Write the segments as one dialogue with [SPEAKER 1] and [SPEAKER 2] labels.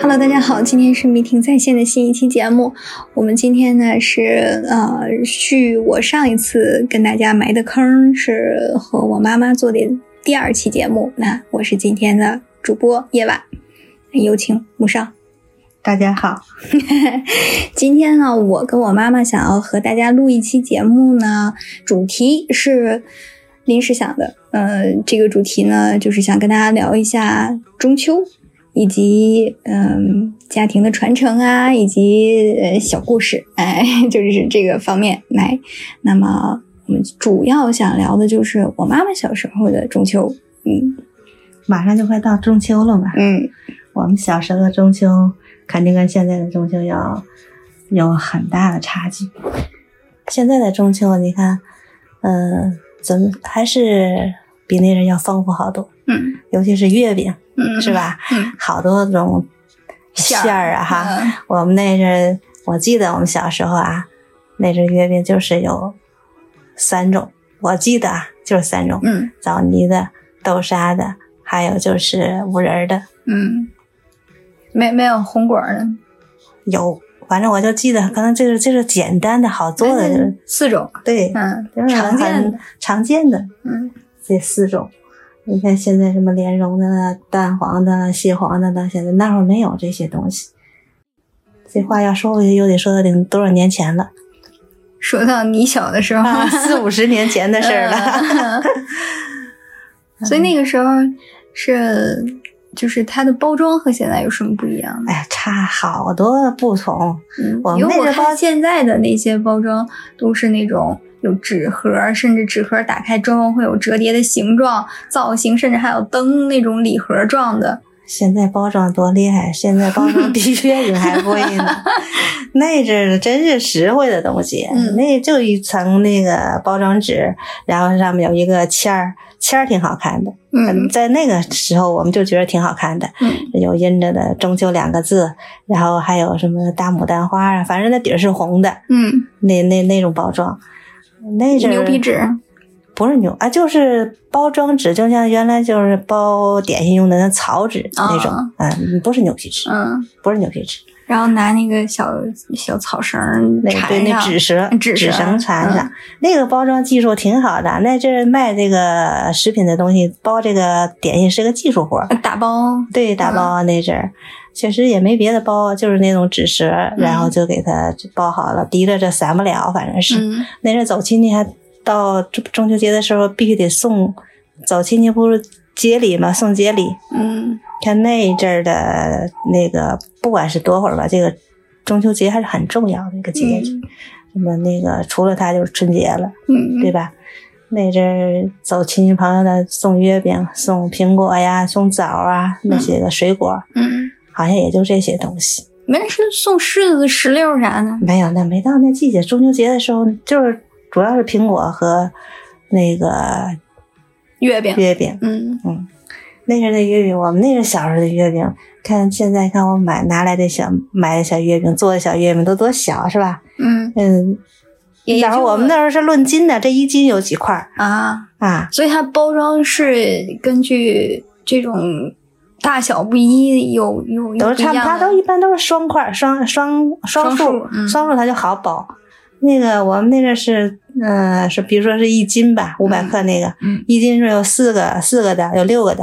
[SPEAKER 1] Hello，大家好，今天是米婷在线的新一期节目。我们今天呢是呃，续我上一次跟大家埋的坑，是和我妈妈做的第二期节目。那我是今天的主播夜晚，有请母上。
[SPEAKER 2] 大家好，
[SPEAKER 1] 今天呢，我跟我妈妈想要和大家录一期节目呢，主题是临时想的。呃，这个主题呢，就是想跟大家聊一下中秋。以及嗯，家庭的传承啊，以及呃小故事，哎， 就是这个方面来。那么我们主要想聊的就是我妈妈小时候的中秋，嗯
[SPEAKER 2] 马上就快到中秋了嘛。
[SPEAKER 1] 嗯，
[SPEAKER 2] 我们小时候的中秋肯定跟现在的中秋要有很大的差距。现在的中秋，你看，呃，怎么还是比那人要丰富好多，
[SPEAKER 1] 嗯
[SPEAKER 2] 尤其是月饼，
[SPEAKER 1] 嗯，
[SPEAKER 2] 是？吧？
[SPEAKER 1] 嗯
[SPEAKER 2] 好多种
[SPEAKER 1] 馅儿
[SPEAKER 2] 馅儿啊哈。
[SPEAKER 1] 嗯
[SPEAKER 2] 我们那阵，我记得我们小时候啊，那阵月饼就是有三种，我记得啊，就是三种，
[SPEAKER 1] 嗯
[SPEAKER 2] 枣泥的、豆沙的，还有就是五仁儿的，
[SPEAKER 1] 嗯，没没有红果儿的，
[SPEAKER 2] 有。反正我就记得，可能就是就是简单的好做的，就是
[SPEAKER 1] 哎四种，
[SPEAKER 2] 对，
[SPEAKER 1] 嗯，
[SPEAKER 2] 就是
[SPEAKER 1] 常见的
[SPEAKER 2] 很，常见的
[SPEAKER 1] 嗯
[SPEAKER 2] 这四种。你看现在什么莲蓉的啦、蛋黄的啦、蟹黄的啦，现在那会儿没有这些东西。这话要说回去，又得说到得多少年 前了。
[SPEAKER 1] 说到你小的时候，
[SPEAKER 2] 啊，四五十年前的事儿了。
[SPEAKER 1] 了。 所以那个时候是，就是它的包装和现在有什么不一样呢？
[SPEAKER 2] 哎呀，差好多不同。
[SPEAKER 1] 嗯
[SPEAKER 2] 我们
[SPEAKER 1] 因为
[SPEAKER 2] 那
[SPEAKER 1] 我
[SPEAKER 2] 个
[SPEAKER 1] 看
[SPEAKER 2] 包
[SPEAKER 1] 现在的那些包装都是那种有纸盒，甚至纸盒打开之后会有折叠的形状、造型，甚至还有灯那种礼盒状的。
[SPEAKER 2] 现在包装多厉害，现在 包装比月饼还贵呢。那阵儿真是实惠的东西，
[SPEAKER 1] 嗯
[SPEAKER 2] 那就一层那个包装纸，然后上面有一个签儿，签儿挺好看的。
[SPEAKER 1] 嗯
[SPEAKER 2] 在那个时候我们就觉得挺好看的，
[SPEAKER 1] 嗯
[SPEAKER 2] 有印着的“中秋”两个字，然后还有什么大牡丹花啊，反正那底儿是红的，
[SPEAKER 1] 嗯，
[SPEAKER 2] 那那那种包装。那阵儿
[SPEAKER 1] 牛皮纸，
[SPEAKER 2] 不是牛啊，就是包装纸，就像原来就是包点心用的那草纸
[SPEAKER 1] 啊
[SPEAKER 2] 那种，嗯，不是牛皮纸，
[SPEAKER 1] 嗯，
[SPEAKER 2] 不是牛皮纸，
[SPEAKER 1] 然后拿那个小小草绳儿
[SPEAKER 2] 那个
[SPEAKER 1] 缠
[SPEAKER 2] 对那
[SPEAKER 1] 上，
[SPEAKER 2] 纸绳
[SPEAKER 1] 纸绳
[SPEAKER 2] 绳缠上，
[SPEAKER 1] 嗯
[SPEAKER 2] 那个包装技术挺好的。那这卖这个食品的东西，包这个点心是个技术活儿，
[SPEAKER 1] 打包。
[SPEAKER 2] 对，打包
[SPEAKER 1] 嗯
[SPEAKER 2] 啊那阵儿。确实也没别的包，就是那种纸折，然
[SPEAKER 1] 嗯
[SPEAKER 2] 后就给它包好了，提着这散不了，反正是。
[SPEAKER 1] 嗯
[SPEAKER 2] 那阵走亲戚还到中中秋节的时候必须得送，走亲戚不是节礼嘛，送节礼。
[SPEAKER 1] 嗯
[SPEAKER 2] 看那一阵儿的那个，不管是多会儿吧，这个中秋节还是很重要的一
[SPEAKER 1] 嗯
[SPEAKER 2] 个节日。那么那个除了它就是春节了，
[SPEAKER 1] 嗯，
[SPEAKER 2] 对吧？那阵儿走亲戚朋友的送月饼、送苹果呀、送枣啊那些个水果，
[SPEAKER 1] 嗯。
[SPEAKER 2] 好像也就这些东西。
[SPEAKER 1] 没是送柿子、石榴啥的。
[SPEAKER 2] 没有，那没到那季节。中秋节的时候，就是主要是苹果和那个
[SPEAKER 1] 月饼，
[SPEAKER 2] 月饼。
[SPEAKER 1] 嗯
[SPEAKER 2] 那阵儿的月饼，我们那阵儿小时候的月饼，看现在看我买拿来的小买的小月饼，做的小月饼都多小是吧？
[SPEAKER 1] 嗯
[SPEAKER 2] 嗯，
[SPEAKER 1] 也
[SPEAKER 2] 那时候
[SPEAKER 1] 就
[SPEAKER 2] 我们那时候是论斤的，这一斤有几块儿
[SPEAKER 1] 啊，
[SPEAKER 2] 啊？
[SPEAKER 1] 所以它包装是根据这种大小不一，有有有
[SPEAKER 2] 都是
[SPEAKER 1] 不一
[SPEAKER 2] 差不多，
[SPEAKER 1] 样
[SPEAKER 2] 它
[SPEAKER 1] 的
[SPEAKER 2] 都一般都是双块儿双双
[SPEAKER 1] 双数
[SPEAKER 2] 双数
[SPEAKER 1] 嗯，
[SPEAKER 2] 双数它就好包。那个我们那阵儿是，呃，是比如说是一斤吧，五百克那个，
[SPEAKER 1] 嗯
[SPEAKER 2] 一斤是有四个四个的，有六个的，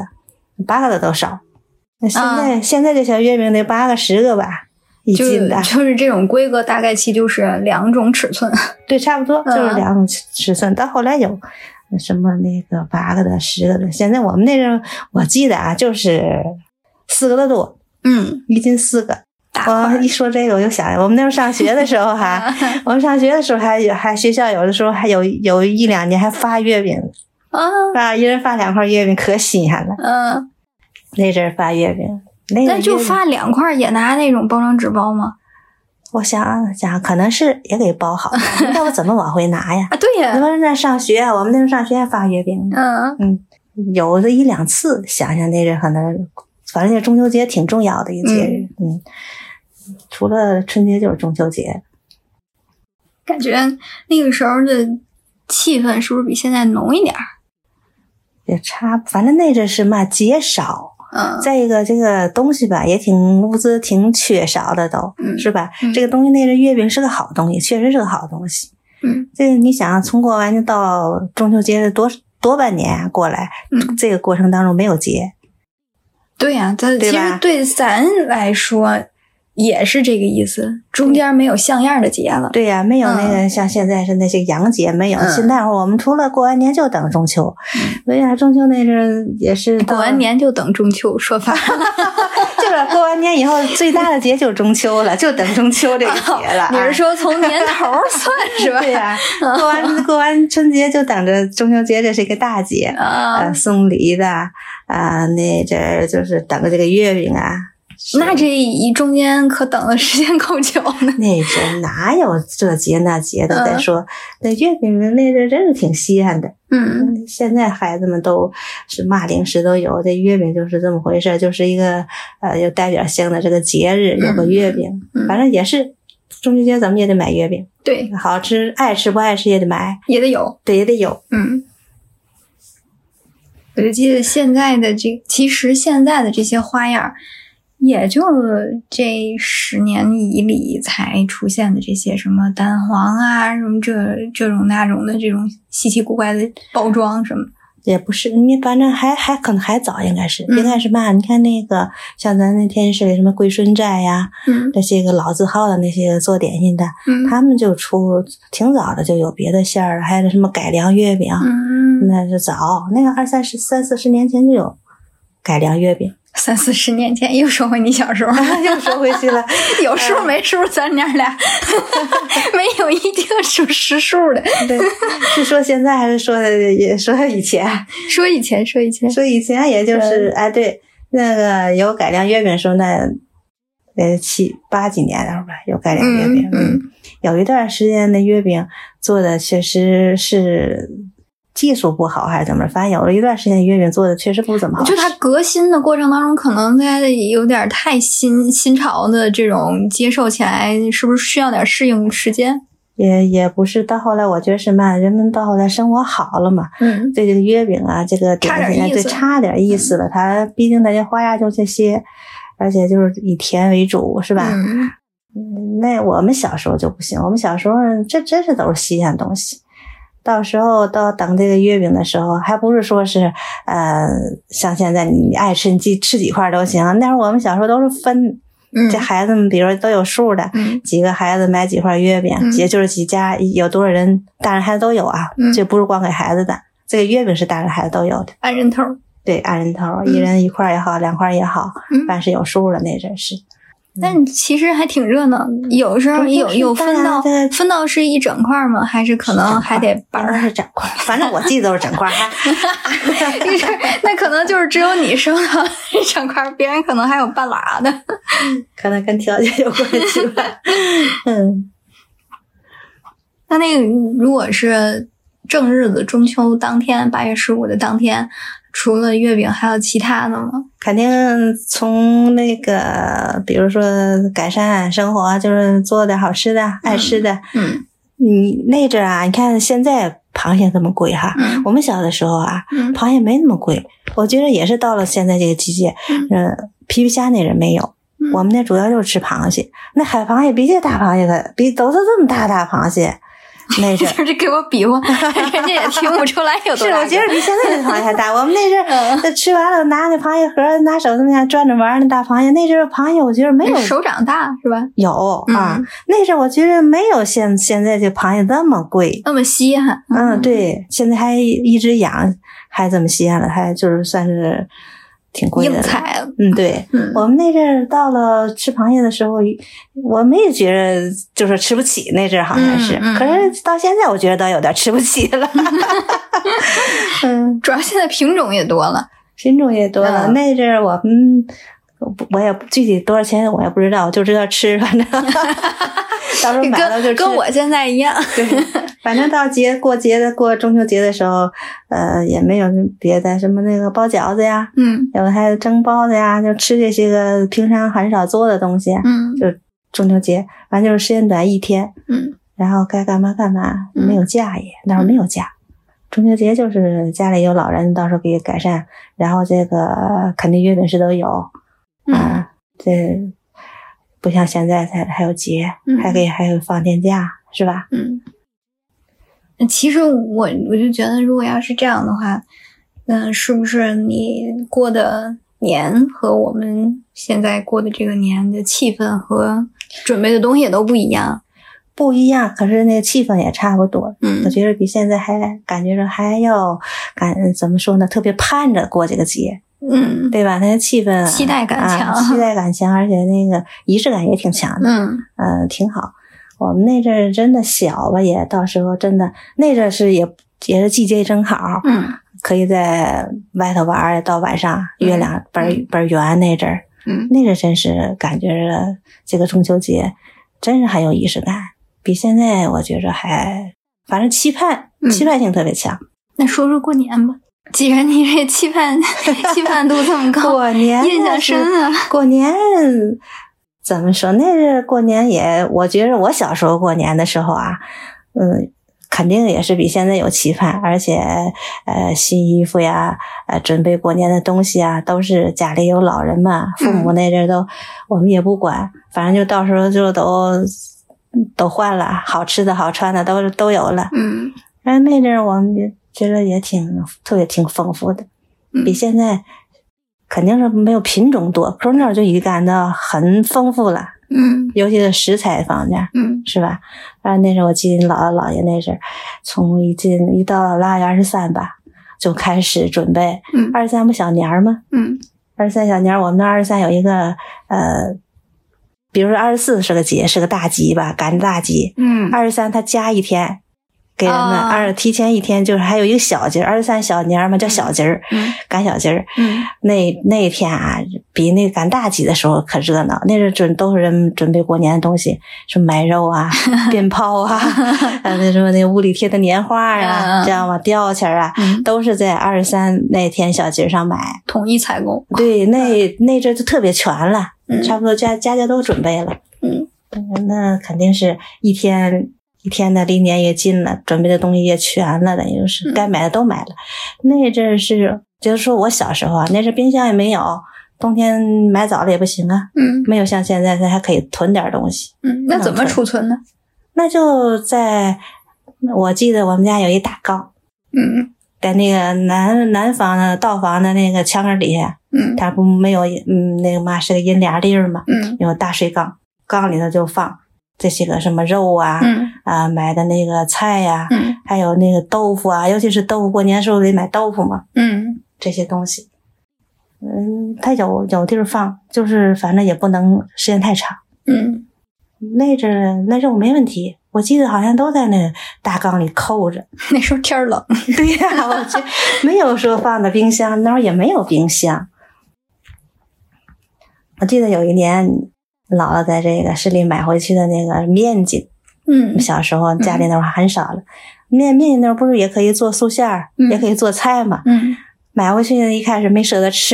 [SPEAKER 2] 八个的都少。那现在、现在这小月饼得八个十个吧，一
[SPEAKER 1] 啊就
[SPEAKER 2] 斤的，
[SPEAKER 1] 就是这种规格，大概其就是两种尺寸。
[SPEAKER 2] 对，差不多
[SPEAKER 1] 嗯
[SPEAKER 2] 就是两种尺尺寸。到后来有什么那个八个的、十个的，现在我们那阵儿我记得啊，就是四个的多，
[SPEAKER 1] 嗯，
[SPEAKER 2] 一斤四个。
[SPEAKER 1] 大块
[SPEAKER 2] 我
[SPEAKER 1] 儿嗯
[SPEAKER 2] 一说这个，我就想我们那时候上学的时候还，我们上学的时候还有还学校有的时候还有有一两年还发月饼
[SPEAKER 1] 啊，
[SPEAKER 2] 啊，一人发两块月饼，可稀罕了。
[SPEAKER 1] 嗯，
[SPEAKER 2] 那阵儿发月饼，哎那阵
[SPEAKER 1] 那
[SPEAKER 2] 儿
[SPEAKER 1] 就
[SPEAKER 2] 月饼
[SPEAKER 1] 发两块儿，也拿那种包装纸包吗？
[SPEAKER 2] 我想想，可能是也给包好了，要不怎么往回拿 呀？
[SPEAKER 1] 啊，对
[SPEAKER 2] 你
[SPEAKER 1] 呀，
[SPEAKER 2] 说那上学，啊我们那时候上学还发月饼呢，
[SPEAKER 1] 嗯
[SPEAKER 2] 有的一两次，想想那阵儿可能，反正这中秋节挺重要的一个节日，嗯。除了春节就是中秋节。
[SPEAKER 1] 感觉那个时候的气氛是不是比现在浓一点儿？
[SPEAKER 2] 也差不，反正那阵是嘛节少，
[SPEAKER 1] 嗯，
[SPEAKER 2] 再一个，这个东西吧，也挺物资挺缺少的都，
[SPEAKER 1] 嗯
[SPEAKER 2] 是吧？
[SPEAKER 1] 嗯
[SPEAKER 2] 这个东西，那个月饼是个好东西，确实是个好东西。
[SPEAKER 1] 嗯，
[SPEAKER 2] 这个你想，啊从过完就到中秋节的多多半年啊，过来，
[SPEAKER 1] 嗯
[SPEAKER 2] 这个过程当中没有节，
[SPEAKER 1] 对呀、咱其
[SPEAKER 2] 对吧
[SPEAKER 1] 实对咱来说也是这个意思，中间没有像样的节了。
[SPEAKER 2] 对呀、没有那个、像现在是那些洋节没有。
[SPEAKER 1] 嗯
[SPEAKER 2] 现在我们除了过完年就等中秋， 为啥、中秋那阵儿也是
[SPEAKER 1] 过
[SPEAKER 2] 到
[SPEAKER 1] 完，年就等中秋，说法
[SPEAKER 2] 就是过完年 以后最大的节就是中秋了，就等中秋这个节 了啊、
[SPEAKER 1] 哦你是说嗯从年头儿算是吧？
[SPEAKER 2] 对呀、过完过完春节就等着中秋节，这是一个大节，
[SPEAKER 1] 啊
[SPEAKER 2] 呃，，送礼的啊、那阵儿就是等着这个月饼啊。
[SPEAKER 1] 那这一中间可等的时间够久呢。
[SPEAKER 2] 那阵儿哪有这节那节的？
[SPEAKER 1] 嗯
[SPEAKER 2] 再说那月饼的那阵儿真是挺稀罕的。
[SPEAKER 1] 嗯，
[SPEAKER 2] 现在孩子们都是嘛零食都有，这月饼就是这么回事儿，就是一个呃有代表性的这个节日，有个月饼，
[SPEAKER 1] 嗯
[SPEAKER 2] 反正也是中秋节咱们也得买月饼，
[SPEAKER 1] 对，
[SPEAKER 2] 好吃爱吃不爱吃也得买，
[SPEAKER 1] 也得有。
[SPEAKER 2] 对也得有。
[SPEAKER 1] 嗯，我就记得现在的这，其实现在的这些花样儿，也就这十年以里才出现的这些什么蛋黄啊，什么这这种那种的这种稀奇古怪的包装什么，
[SPEAKER 2] 也不是，你反正还还可能还早，应该是、
[SPEAKER 1] 嗯
[SPEAKER 2] 应该是嘛？你看那个像咱那天是什么桂顺斋呀、
[SPEAKER 1] 嗯
[SPEAKER 2] 这些个老字号的那些做点心的，
[SPEAKER 1] 嗯，
[SPEAKER 2] 他们就出挺早的就有别的馅儿了，还有什么改良月饼，
[SPEAKER 1] 嗯，
[SPEAKER 2] 那是早，那个二三十三四十年前就有改良月饼。
[SPEAKER 1] 三四十年前又说回你小 时候，
[SPEAKER 2] 又说回去了，
[SPEAKER 1] 有数没数，咱娘俩 没有一个数实数的，
[SPEAKER 2] 对，是说现在还是说也说以前？
[SPEAKER 1] 说以前说以前，
[SPEAKER 2] 说以前也就是哎对，那个有改良月饼的时候那。呃，七八几年了吧，有改良月饼，
[SPEAKER 1] 嗯嗯
[SPEAKER 2] 有一段时间的月饼做的确实是技术不好还是怎么着，反正有了一段时间月饼做的确实不怎么好吃。
[SPEAKER 1] 就它革新的过程当中，可能它有点太新新潮的这种接受起来，是不是需要点适应时间？
[SPEAKER 2] 也也不是到后来，我觉得是嘛，人们到后来生活好了嘛，
[SPEAKER 1] 嗯
[SPEAKER 2] 对这个月饼啊，这个点心
[SPEAKER 1] 差
[SPEAKER 2] 啊，
[SPEAKER 1] 点意
[SPEAKER 2] 对
[SPEAKER 1] 思嗯
[SPEAKER 2] 差点意思了。它毕竟它这花样就这些，而且就是以甜为主，是吧？
[SPEAKER 1] 嗯
[SPEAKER 2] 嗯，那我们小时候就不行，我们小时候这真是都是新鲜东西。到时候到等这个月饼的时候，还不是说是，呃，像现在你爱吃你几吃几块都行。那时候我们小时候都是分，
[SPEAKER 1] 嗯
[SPEAKER 2] 这孩子们比如说都有数的，
[SPEAKER 1] 嗯
[SPEAKER 2] 几个孩子买几块月饼，
[SPEAKER 1] 嗯
[SPEAKER 2] 也就是几家有多少人，大人孩子都有啊，
[SPEAKER 1] 嗯
[SPEAKER 2] 这不是光给孩子的，这个月饼是大人孩子都有的。
[SPEAKER 1] 按人头儿，
[SPEAKER 2] 对，按人头，一人一块儿也好，两块儿也好，
[SPEAKER 1] 嗯，
[SPEAKER 2] 但是有数了那阵是。
[SPEAKER 1] 但其实还挺热闹。有时候
[SPEAKER 2] 不是
[SPEAKER 1] 有
[SPEAKER 2] 是
[SPEAKER 1] 有
[SPEAKER 2] 大
[SPEAKER 1] 分
[SPEAKER 2] 家
[SPEAKER 1] 到
[SPEAKER 2] 的
[SPEAKER 1] 分到是一整块儿吗？还是可能还得板
[SPEAKER 2] 反正
[SPEAKER 1] 儿？
[SPEAKER 2] 是整块儿，反正我记得都是整块儿。
[SPEAKER 1] 就是那可能就是只有你收到一整块儿，别人可能还有半拉的。
[SPEAKER 2] 可能跟条件有关系 吧。嗯，
[SPEAKER 1] 那那个如果是正日子，中秋当天，八月十五的当天，除了月饼，还有其他的吗？
[SPEAKER 2] 肯定从那个，比如说改善生活，啊就是做点好吃的、爱吃的。
[SPEAKER 1] 嗯
[SPEAKER 2] 你那阵儿啊，你看现在螃蟹这么贵哈，
[SPEAKER 1] 嗯
[SPEAKER 2] 我们小的时候啊，
[SPEAKER 1] 嗯
[SPEAKER 2] 螃蟹没那么贵，我觉得也是到了现在这个季节，嗯、皮皮虾那人没有，
[SPEAKER 1] 嗯
[SPEAKER 2] 我们那主要就是吃螃蟹，那海螃蟹比这大螃蟹可比都是这么大大螃蟹，那阵儿。
[SPEAKER 1] 就是给我比划，人家也听不出来有
[SPEAKER 2] 是，
[SPEAKER 1] 多大个。
[SPEAKER 2] 我觉得比现在的螃蟹还大。我们那阵儿那吃完了，拿那螃蟹盒儿，拿手那样转着玩儿那大螃蟹。那阵儿螃蟹，我觉得没有
[SPEAKER 1] 手掌大是吧？
[SPEAKER 2] 有啊
[SPEAKER 1] 嗯，
[SPEAKER 2] 那阵儿我觉得没有现现在这螃蟹这么贵。
[SPEAKER 1] 那么稀罕。
[SPEAKER 2] 嗯，，对，现在还一直养，还这么稀罕了，还就是算是挺贵的
[SPEAKER 1] 硬
[SPEAKER 2] 了。
[SPEAKER 1] 菜了。
[SPEAKER 2] 嗯，对，
[SPEAKER 1] 嗯
[SPEAKER 2] 我们那阵儿到了吃螃蟹的时候，我们也觉得就是吃不起，那阵儿好像是。
[SPEAKER 1] 嗯嗯
[SPEAKER 2] 可是到现在，我觉得倒有点吃不起 了。嗯，
[SPEAKER 1] 主要现在品种也多了。
[SPEAKER 2] 品种也多了。
[SPEAKER 1] 嗯
[SPEAKER 2] 那阵儿我们，我不我也不具体多少钱我也不知道，就知道吃，反 正到时候买了就
[SPEAKER 1] 跟
[SPEAKER 2] 吃。
[SPEAKER 1] 跟我现在一样，
[SPEAKER 2] 对，反正到节过节的过中秋节的时候，呃，也没有别的什么那个包饺子呀，
[SPEAKER 1] 嗯
[SPEAKER 2] 有的还有蒸包子呀，就吃这些个平常很少做的东西，
[SPEAKER 1] 嗯
[SPEAKER 2] 就中秋节，反正就是时间短一天，
[SPEAKER 1] 嗯
[SPEAKER 2] 然后该干嘛干嘛，
[SPEAKER 1] 嗯
[SPEAKER 2] 没有假也，那会儿没有假。中秋节就是家里有老人，到时候给改善，然后这个肯定月饼是都有，
[SPEAKER 1] 嗯
[SPEAKER 2] 啊，这不像现在才还有节，
[SPEAKER 1] 嗯
[SPEAKER 2] 还可以还有放天假，是吧？
[SPEAKER 1] 嗯。那其实我我就觉得，如果要是这样的话，那是不是你过的年和我们现在过的这个年的气氛和准备的东西也都不一样？
[SPEAKER 2] 不一样，可是那个气氛也差不多。
[SPEAKER 1] 嗯
[SPEAKER 2] 我觉得比现在还感觉着还要感怎么说呢？特别盼着过这个节，
[SPEAKER 1] 嗯
[SPEAKER 2] 对吧？那个气氛啊
[SPEAKER 1] 期待感强
[SPEAKER 2] 啊，期待感强，而且那个仪式感也挺强的，
[SPEAKER 1] 嗯
[SPEAKER 2] 嗯、挺好。我们那阵儿真的小吧，也到时候真的那阵儿是也也是季节正好，
[SPEAKER 1] 嗯
[SPEAKER 2] 可以在外头玩儿到晚上，
[SPEAKER 1] 嗯
[SPEAKER 2] 月亮倍儿倍儿圆那阵儿，
[SPEAKER 1] 嗯
[SPEAKER 2] 那阵儿真是感觉着这个中秋节真是很有仪式感，比现在我觉着还反正期盼
[SPEAKER 1] 嗯
[SPEAKER 2] 期盼性特别强。
[SPEAKER 1] 那说说过年吧。既然你这期 盼期盼度这么高，
[SPEAKER 2] 过年
[SPEAKER 1] 印象深啊。
[SPEAKER 2] 过年怎么说？那是过年也，我觉着我小时候过年的时候啊，嗯，肯定也是比现在有期盼，而且呃，新衣服呀，呃，准备过年的东西啊，都是家里有老人嘛，父母那阵儿都、我们也不管，反正就到时候就都都换了，好吃的好穿的都都有了。
[SPEAKER 1] 嗯
[SPEAKER 2] 但是那阵儿我们就觉得也挺特别挺丰富的，
[SPEAKER 1] 嗯
[SPEAKER 2] 比现在肯定是没有品种多，可是那会儿就已经感到很丰富了，
[SPEAKER 1] 嗯
[SPEAKER 2] 尤其是食材方面，
[SPEAKER 1] 嗯
[SPEAKER 2] 是吧？反正那时候我记得姥姥姥爷那阵儿，从一进一到腊月二十三吧，就开始准备。
[SPEAKER 1] 嗯
[SPEAKER 2] 二十三不小年儿吗？
[SPEAKER 1] 嗯
[SPEAKER 2] 二十三小年儿，我们那二十三有一个呃，比如说二十四是个节，是个大吉吧，赶大吉。
[SPEAKER 1] 嗯
[SPEAKER 2] 二十三他加一天，给人们
[SPEAKER 1] 啊
[SPEAKER 2] 二提前一天，就是还有一个小节儿，二十三小年儿嘛，叫小节儿，
[SPEAKER 1] 嗯
[SPEAKER 2] 赶小节儿。
[SPEAKER 1] 嗯
[SPEAKER 2] 那那一天啊，比那赶大集的时候可热闹，那是准都是人准备过年的东西，什么买 肉啊、鞭炮啊， 呃，那什么那屋里贴的年画
[SPEAKER 1] 嗯嗯
[SPEAKER 2] 啊，知道吗？吊钱儿啊，
[SPEAKER 1] 嗯，
[SPEAKER 2] 都是在二十三那天小节儿上买。
[SPEAKER 1] 统一采购。
[SPEAKER 2] 对，那那阵儿就特别全了。
[SPEAKER 1] 嗯
[SPEAKER 2] 差不多家家家都准备了。
[SPEAKER 1] 嗯
[SPEAKER 2] 嗯，那肯定是一天一天的离年也近了，准备的东西也全了，等于就是
[SPEAKER 1] 嗯
[SPEAKER 2] 该买的都买了。那阵儿是，就是说我小时候啊，那阵儿冰箱也没有，冬天买早了也不行啊，
[SPEAKER 1] 嗯
[SPEAKER 2] 没有像现在咱还可以囤点儿东西。
[SPEAKER 1] 嗯，那怎么储存呢？
[SPEAKER 2] 那就在，我记得我们家有一大缸，
[SPEAKER 1] 嗯
[SPEAKER 2] 在那个南南房的倒房的那个墙根儿底下，
[SPEAKER 1] 嗯
[SPEAKER 2] 它不没有嗯那个嘛是个阴凉地儿嘛，
[SPEAKER 1] 嗯
[SPEAKER 2] 有大水缸，缸里头就放这些个什么肉啊，
[SPEAKER 1] 嗯
[SPEAKER 2] 啊买的那个菜呀、
[SPEAKER 1] 嗯
[SPEAKER 2] 还有那个豆腐啊，尤其是豆腐，过年时候得买豆腐嘛，
[SPEAKER 1] 嗯
[SPEAKER 2] 这些东西。嗯，它有有地儿放，就是反正也不能时间太长。
[SPEAKER 1] 嗯
[SPEAKER 2] 那阵儿那肉没问题，我记得好像都在那大缸里扣着。
[SPEAKER 1] 那时候天儿冷。
[SPEAKER 2] 对呀、我去，没有说放的冰箱，那会儿也没有冰箱。我记得有一年，姥姥在这个市里买回去的那个面筋，
[SPEAKER 1] 嗯
[SPEAKER 2] 小时候家里那会儿很少了。面面筋那会儿不是也可以做素馅儿，
[SPEAKER 1] 嗯
[SPEAKER 2] 也可以做菜嘛？
[SPEAKER 1] 嗯
[SPEAKER 2] 买回去一开始没舍得吃，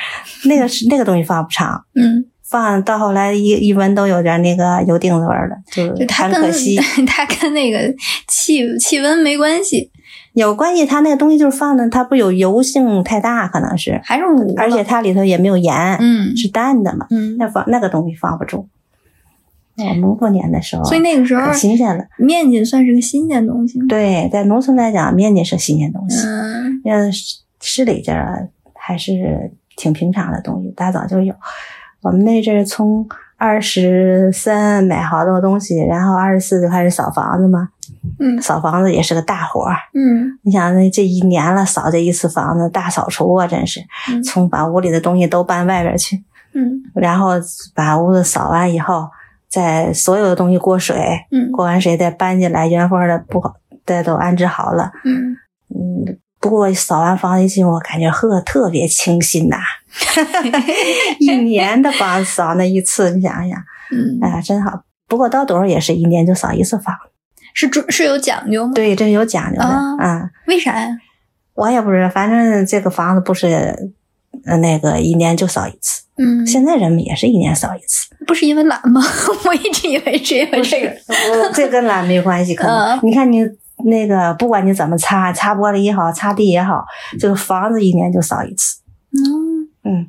[SPEAKER 2] 那个是那个东西放不长，
[SPEAKER 1] 嗯，
[SPEAKER 2] 放到后来一一闻都有点那个油钉子味儿了，就
[SPEAKER 1] 就它
[SPEAKER 2] 很
[SPEAKER 1] 嗯跟
[SPEAKER 2] 可 惜。
[SPEAKER 1] 它跟那个气气温没关系，
[SPEAKER 2] 有关系，它那个东西就是放的，它不有油性太大，可能是。
[SPEAKER 1] 还是捂了。
[SPEAKER 2] 而且它里头也没有盐，
[SPEAKER 1] 嗯
[SPEAKER 2] 是淡的嘛，
[SPEAKER 1] 嗯，
[SPEAKER 2] 那放那个东西放不住。我们过年的时候，啊
[SPEAKER 1] 所以那个时候
[SPEAKER 2] 可新鲜了。
[SPEAKER 1] 面筋算是个新鲜东西。
[SPEAKER 2] 对，在农村来讲，面筋是新鲜东西，
[SPEAKER 1] 嗯
[SPEAKER 2] 那市市里这儿还是挺平常的东西，大早就有。我们那阵儿从二十三买好多东西，然后二十四就开始扫房子嘛，
[SPEAKER 1] 嗯
[SPEAKER 2] 扫房子也是个大活儿。
[SPEAKER 1] 嗯
[SPEAKER 2] 你想，那这一年了，扫这一次房子，大扫除啊，真是
[SPEAKER 1] 嗯
[SPEAKER 2] 从把屋里的东西都搬外边儿去。
[SPEAKER 1] 嗯
[SPEAKER 2] 然后把屋子扫完以后，再所有的东西过水，
[SPEAKER 1] 嗯
[SPEAKER 2] 过完水再搬进来，原封的不好，再都安置好了。
[SPEAKER 1] 嗯，
[SPEAKER 2] 嗯，不过扫完房子一进，我感觉呵特别清新呐、一年的房子扫那一次，你想一想，哎
[SPEAKER 1] 嗯，
[SPEAKER 2] 呀，真好。不过到多少也是一年就扫一次房，
[SPEAKER 1] 是主是有讲究吗？
[SPEAKER 2] 对，这是有讲究的
[SPEAKER 1] 啊
[SPEAKER 2] 啊、嗯
[SPEAKER 1] 为啥呀？
[SPEAKER 2] 我也不知道，反正这个房子不是呃，那个一年就扫一次。
[SPEAKER 1] 嗯，
[SPEAKER 2] 现在人们也是一年扫一次，
[SPEAKER 1] 不是因为懒吗？ 我一直以为是因为这个。
[SPEAKER 2] 我这跟懒没关系，可能、
[SPEAKER 1] 嗯
[SPEAKER 2] 你看你那个，不管你怎么擦，擦玻璃也好，擦地也好，这个房子一年就扫一次，
[SPEAKER 1] 嗯
[SPEAKER 2] 嗯，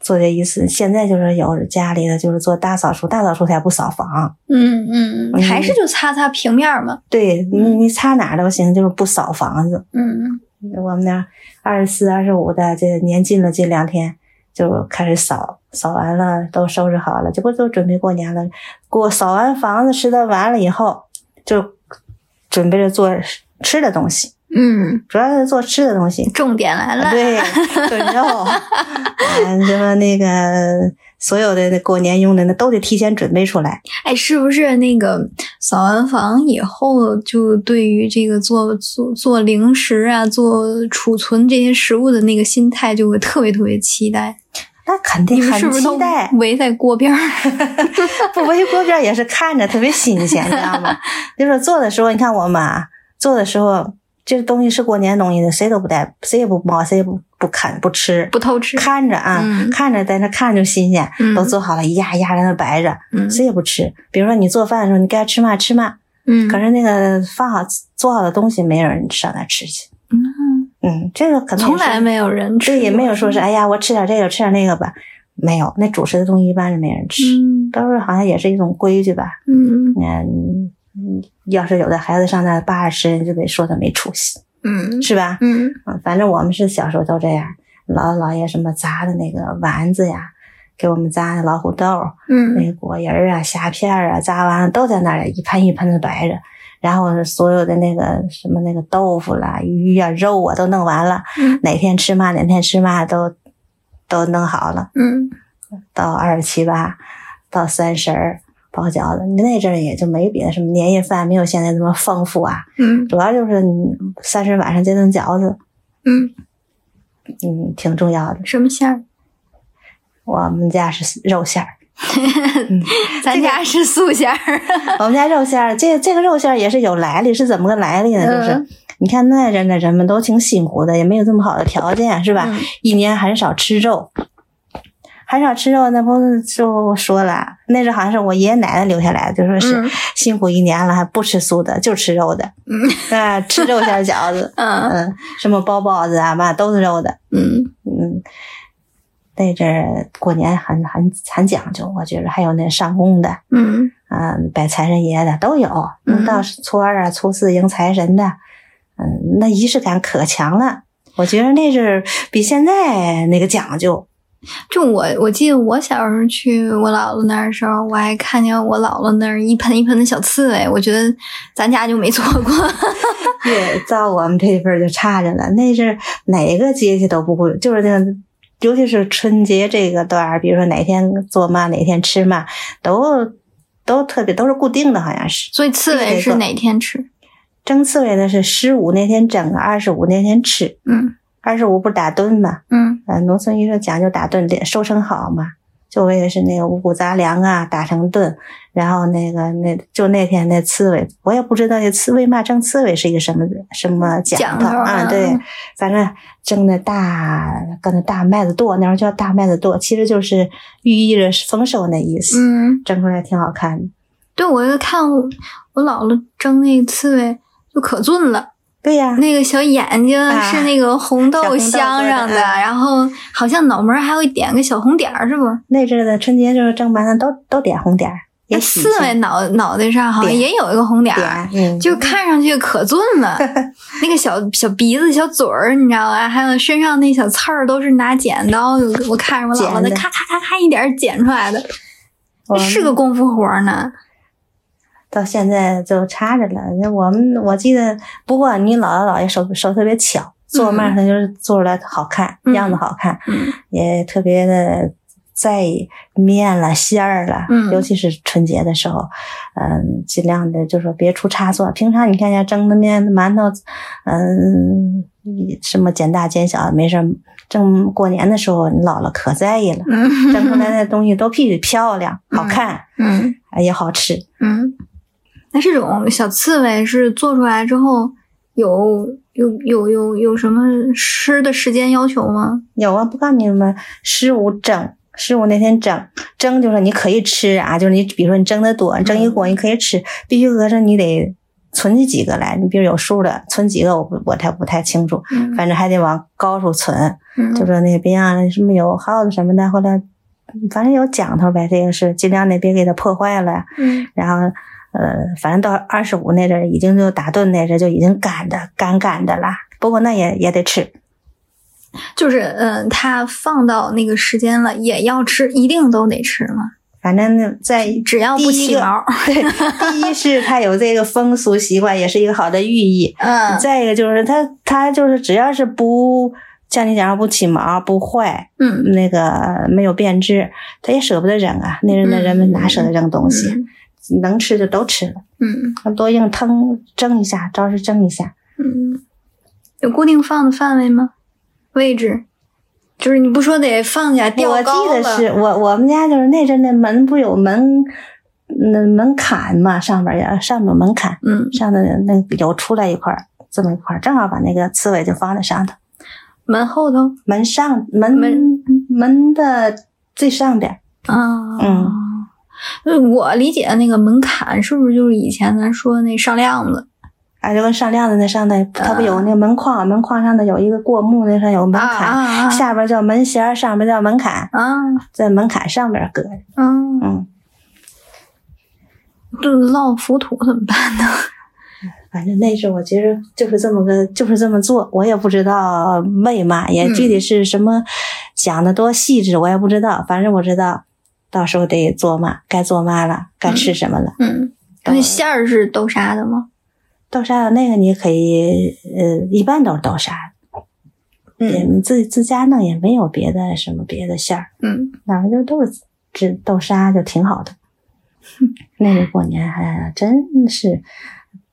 [SPEAKER 2] 做这一次。现在就是有家里的就是做大扫除，大扫除才不扫房，
[SPEAKER 1] 嗯嗯嗯，
[SPEAKER 2] 嗯
[SPEAKER 1] 还是就擦擦平面儿嘛。
[SPEAKER 2] 对你你擦哪儿都行，就是不扫房子。
[SPEAKER 1] 嗯
[SPEAKER 2] 我们那二十四、二十五的这年近了，这两天就开始扫，扫完了都收拾好了，这不都准备过年了？过扫完房子、拾掇完了以后，就准备着做吃的东西，
[SPEAKER 1] 嗯，
[SPEAKER 2] 主要是做吃的东西。
[SPEAKER 1] 重点来了。
[SPEAKER 2] 啊对，炖 肉，嗯，什么那个所有的那过年用的那都得提前准备出来。
[SPEAKER 1] 哎，是不是那个扫完房以后，就对于这个做做做零食啊、做储存这些食物的那个心态，就会特别特别期待？
[SPEAKER 2] 那肯
[SPEAKER 1] 你
[SPEAKER 2] 定
[SPEAKER 1] 们
[SPEAKER 2] 很
[SPEAKER 1] 是不是都
[SPEAKER 2] 期待，
[SPEAKER 1] 围在锅边儿？
[SPEAKER 2] 不围锅边儿也是看着特别新鲜，你知 道吗？就是做的时候，你看我妈做的时候，这东西是过年东西的，谁都不带，谁也不摸，谁也不不啃不吃，
[SPEAKER 1] 不偷吃？
[SPEAKER 2] 看着啊，
[SPEAKER 1] 嗯
[SPEAKER 2] 看着在那看着就新鲜，
[SPEAKER 1] 嗯
[SPEAKER 2] 都做好了，一压一压在那摆着，
[SPEAKER 1] 嗯
[SPEAKER 2] 谁也不吃。比如说你做饭的时候，你该吃嘛吃嘛，
[SPEAKER 1] 嗯，
[SPEAKER 2] 可是那个放好做好的东西，没有人上那吃去。
[SPEAKER 1] 嗯
[SPEAKER 2] 嗯，这个可能也
[SPEAKER 1] 从
[SPEAKER 2] 是
[SPEAKER 1] 来没有人吃过，
[SPEAKER 2] 对，也没有说是哎呀，我吃点这个吃点那个吧，没有，那主食的东西一般是没人吃。
[SPEAKER 1] 嗯
[SPEAKER 2] 都是好像也是一种规矩吧。
[SPEAKER 1] 嗯
[SPEAKER 2] 嗯，嗯要是有的孩子上那八十，人就得说他没出息，
[SPEAKER 1] 嗯
[SPEAKER 2] 是吧？
[SPEAKER 1] 嗯
[SPEAKER 2] 嗯，反正我们是小时候都这样，姥姥姥爷什么砸的那个丸子呀，给我们砸的老虎豆儿、那
[SPEAKER 1] 嗯
[SPEAKER 2] 个果仁儿啊、虾片儿啊，砸完了都在那儿一盆一盆的摆着。然后所有的那个什么那个豆腐啦、鱼啊、肉啊都弄完了，
[SPEAKER 1] 嗯
[SPEAKER 2] 哪天吃嘛哪天吃嘛都都弄好了。
[SPEAKER 1] 嗯
[SPEAKER 2] 到二十七八，到三十儿包饺子。那阵儿也就没别的什么年夜饭，没有现在那么丰富啊。
[SPEAKER 1] 嗯
[SPEAKER 2] 主要就是你三十晚上这顿饺子，
[SPEAKER 1] 嗯，
[SPEAKER 2] 嗯，挺重要的。
[SPEAKER 1] 什么馅儿？
[SPEAKER 2] 我们家是肉馅儿，
[SPEAKER 1] 咱家是素馅儿。
[SPEAKER 2] 我们家肉馅儿，这这个肉馅儿也是有来历，是怎么个来历呢？就是、
[SPEAKER 1] 嗯
[SPEAKER 2] 你看那阵的人们都挺辛苦的，也没有这么好的条件，是吧？
[SPEAKER 1] 嗯
[SPEAKER 2] 一年很少吃肉。很少吃肉，那不是就说了，那是好像是我爷爷奶奶留下来的，就说是、
[SPEAKER 1] 嗯
[SPEAKER 2] 辛苦一年了，还不吃素的，就吃肉的，
[SPEAKER 1] 嗯，
[SPEAKER 2] 啊，吃肉馅儿饺子
[SPEAKER 1] 嗯
[SPEAKER 2] 嗯，什么包包子啊嘛，都是肉的，
[SPEAKER 1] 嗯
[SPEAKER 2] 嗯。那阵儿过年很很很讲究，我觉得还有那上供的，
[SPEAKER 1] 嗯
[SPEAKER 2] 嗯，拜财神爷的都有，
[SPEAKER 1] 嗯
[SPEAKER 2] 到初二啊、初四迎财神的，嗯，那仪式感可强了。我觉得那阵儿比现在那个讲究，
[SPEAKER 1] 就我我记得我小时候去我姥姥那儿的时候，我还看见我姥姥那儿一盆一盆的小刺猬，我觉得咱家就没错过。
[SPEAKER 2] 越到我们这一辈儿就差着了。那是哪个节气都不会，就是那个，尤其是春节这个段儿，比如说哪天做嘛，哪天吃嘛，都都特别都是固定的，好像是。
[SPEAKER 1] 所以刺猬是哪天吃？
[SPEAKER 2] 蒸刺猬的是十五那天整，二十五那天吃。
[SPEAKER 1] 嗯
[SPEAKER 2] 二十五不打盹嘛？
[SPEAKER 1] 嗯
[SPEAKER 2] 呃，农村医生讲究打盹得收成好嘛，就为的是那个五谷杂粮啊打成盹，然后那个那就那天那刺猬，我也不知道这刺为嘛蒸刺猬是一个什么什么
[SPEAKER 1] 讲
[SPEAKER 2] 讲
[SPEAKER 1] 究
[SPEAKER 2] 究
[SPEAKER 1] 啊
[SPEAKER 2] 啊？对，反正蒸的大跟那大麦子垛，那时候叫大麦子垛，其实就是寓意着丰收那意思，
[SPEAKER 1] 嗯，
[SPEAKER 2] 蒸出来挺好看的。
[SPEAKER 1] 对，我就看我我姥姥蒸那个刺猬就可俊了，
[SPEAKER 2] 对呀、
[SPEAKER 1] 那个小眼睛
[SPEAKER 2] 啊
[SPEAKER 1] 是那个红
[SPEAKER 2] 小
[SPEAKER 1] 豆
[SPEAKER 2] 红豆
[SPEAKER 1] 镶上
[SPEAKER 2] 做
[SPEAKER 1] 的，
[SPEAKER 2] 的啊
[SPEAKER 1] 然后好像脑门儿还会点个小红点儿，是不？
[SPEAKER 2] 那阵儿的春节就是蒸馒头都都点红点儿，也
[SPEAKER 1] 那
[SPEAKER 2] 喜
[SPEAKER 1] 刺猬
[SPEAKER 2] 庆
[SPEAKER 1] 脑脑袋上好像
[SPEAKER 2] 点
[SPEAKER 1] 也有一个红点儿。啊
[SPEAKER 2] 点，嗯，
[SPEAKER 1] 就看上去可俊了， 那个小小鼻子、小嘴儿，你知道吧？还有身上那小刺儿，都是拿剪刀，我看着我姥姥那
[SPEAKER 2] 剪的
[SPEAKER 1] 咔咔咔咔一点儿剪出来的，
[SPEAKER 2] 我们
[SPEAKER 1] 是个功夫活儿呢。
[SPEAKER 2] 到现在就插着了。那我们我记得，不过你姥姥姥爷手手特别巧，做嘛他就是做出来好看，
[SPEAKER 1] 嗯
[SPEAKER 2] 样子好看，
[SPEAKER 1] 嗯
[SPEAKER 2] 也特别的在意面了馅儿了，
[SPEAKER 1] 嗯，
[SPEAKER 2] 尤其是春节的时候，嗯，尽量的就说别出差错。平常你看人家蒸的面馒头，嗯，什么减大减小没事儿。蒸过年的时候，你姥姥可在意了
[SPEAKER 1] 嗯
[SPEAKER 2] 蒸出来的东西都必须漂亮、好看，
[SPEAKER 1] 嗯
[SPEAKER 2] 哎也好吃。
[SPEAKER 1] 嗯，那这种小刺猬是做出来之后有有有有有什么诗的时间要求吗？
[SPEAKER 2] 有啊，不告诉你们，十五整，十五那天整蒸，就是你可以吃啊，就是你比如说你蒸的多，蒸
[SPEAKER 1] 嗯
[SPEAKER 2] 一锅你可以吃，必须合着你得存起几个来，你比如有数的，存几个我不我才不太清楚，
[SPEAKER 1] 嗯
[SPEAKER 2] 反正还得往高处存，
[SPEAKER 1] 嗯
[SPEAKER 2] 就说那个别让什么有耗子什么的，后来反正有讲头呗，这个是尽量得别给它破坏了呀。
[SPEAKER 1] 嗯
[SPEAKER 2] 然后呃，反正到二十五那阵儿已经就打盹那阵儿就已经干的干干的啦。不过那也也得吃，
[SPEAKER 1] 就是嗯，它放到那个时间了也要吃，一定都得吃嘛，
[SPEAKER 2] 反正呢在
[SPEAKER 1] 只要不起 毛。
[SPEAKER 2] 对，第一是它有这个风俗习惯，也是一个好的寓意。
[SPEAKER 1] 嗯
[SPEAKER 2] 再一个就是它它就是只要是不像你讲不起毛不坏，
[SPEAKER 1] 嗯
[SPEAKER 2] 那个没有变质，它也舍不得扔啊。那人的
[SPEAKER 1] 嗯
[SPEAKER 2] 人们哪舍得扔东西？
[SPEAKER 1] 嗯
[SPEAKER 2] 能吃就都吃了，
[SPEAKER 1] 嗯
[SPEAKER 2] 多硬腾蒸一下，招是蒸一下。
[SPEAKER 1] 嗯，有固定放的范围吗？位置？就是你不说得放下
[SPEAKER 2] 我
[SPEAKER 1] 吊
[SPEAKER 2] 记
[SPEAKER 1] 高
[SPEAKER 2] 得
[SPEAKER 1] 了？
[SPEAKER 2] 是我我们家就是那阵那门不有门那门槛嘛，上边儿也上面有门槛，
[SPEAKER 1] 嗯，
[SPEAKER 2] 上头那有出来一块儿这么一块儿，正好把那个刺猬就放在上头。
[SPEAKER 1] 门后头
[SPEAKER 2] 门上门
[SPEAKER 1] 门
[SPEAKER 2] 门的最上边儿，
[SPEAKER 1] 啊，
[SPEAKER 2] 嗯
[SPEAKER 1] 呃。我理解那个门槛是不是就是以前咱说那上量子
[SPEAKER 2] 啊，就跟上亮的那上头，它不有那个门框，门框上头有一个过目，那上有门槛，
[SPEAKER 1] 啊啊
[SPEAKER 2] 下边叫门弦儿，上边叫门槛，
[SPEAKER 1] 啊
[SPEAKER 2] 在门槛上边儿搁着。
[SPEAKER 1] 啊！啊
[SPEAKER 2] 嗯，
[SPEAKER 1] 这烙浮土怎么办 呢？
[SPEAKER 2] 反正那是我觉得就是这么个，就是这么做，我也不知道为嘛，也
[SPEAKER 1] 嗯
[SPEAKER 2] 具体是什么讲的多细致，我也不知道，反正我知道。到时候得做嘛，该做嘛了，该吃什么了。
[SPEAKER 1] 嗯，
[SPEAKER 2] 懂
[SPEAKER 1] 那馅儿是豆沙的吗？
[SPEAKER 2] 豆沙的那个你可以，呃，一般都是豆沙的。也
[SPEAKER 1] 嗯
[SPEAKER 2] 自自家弄也没有别的什么别的馅儿，
[SPEAKER 1] 嗯
[SPEAKER 2] 哪儿就都是只豆沙就挺好的。 那阵过年还真是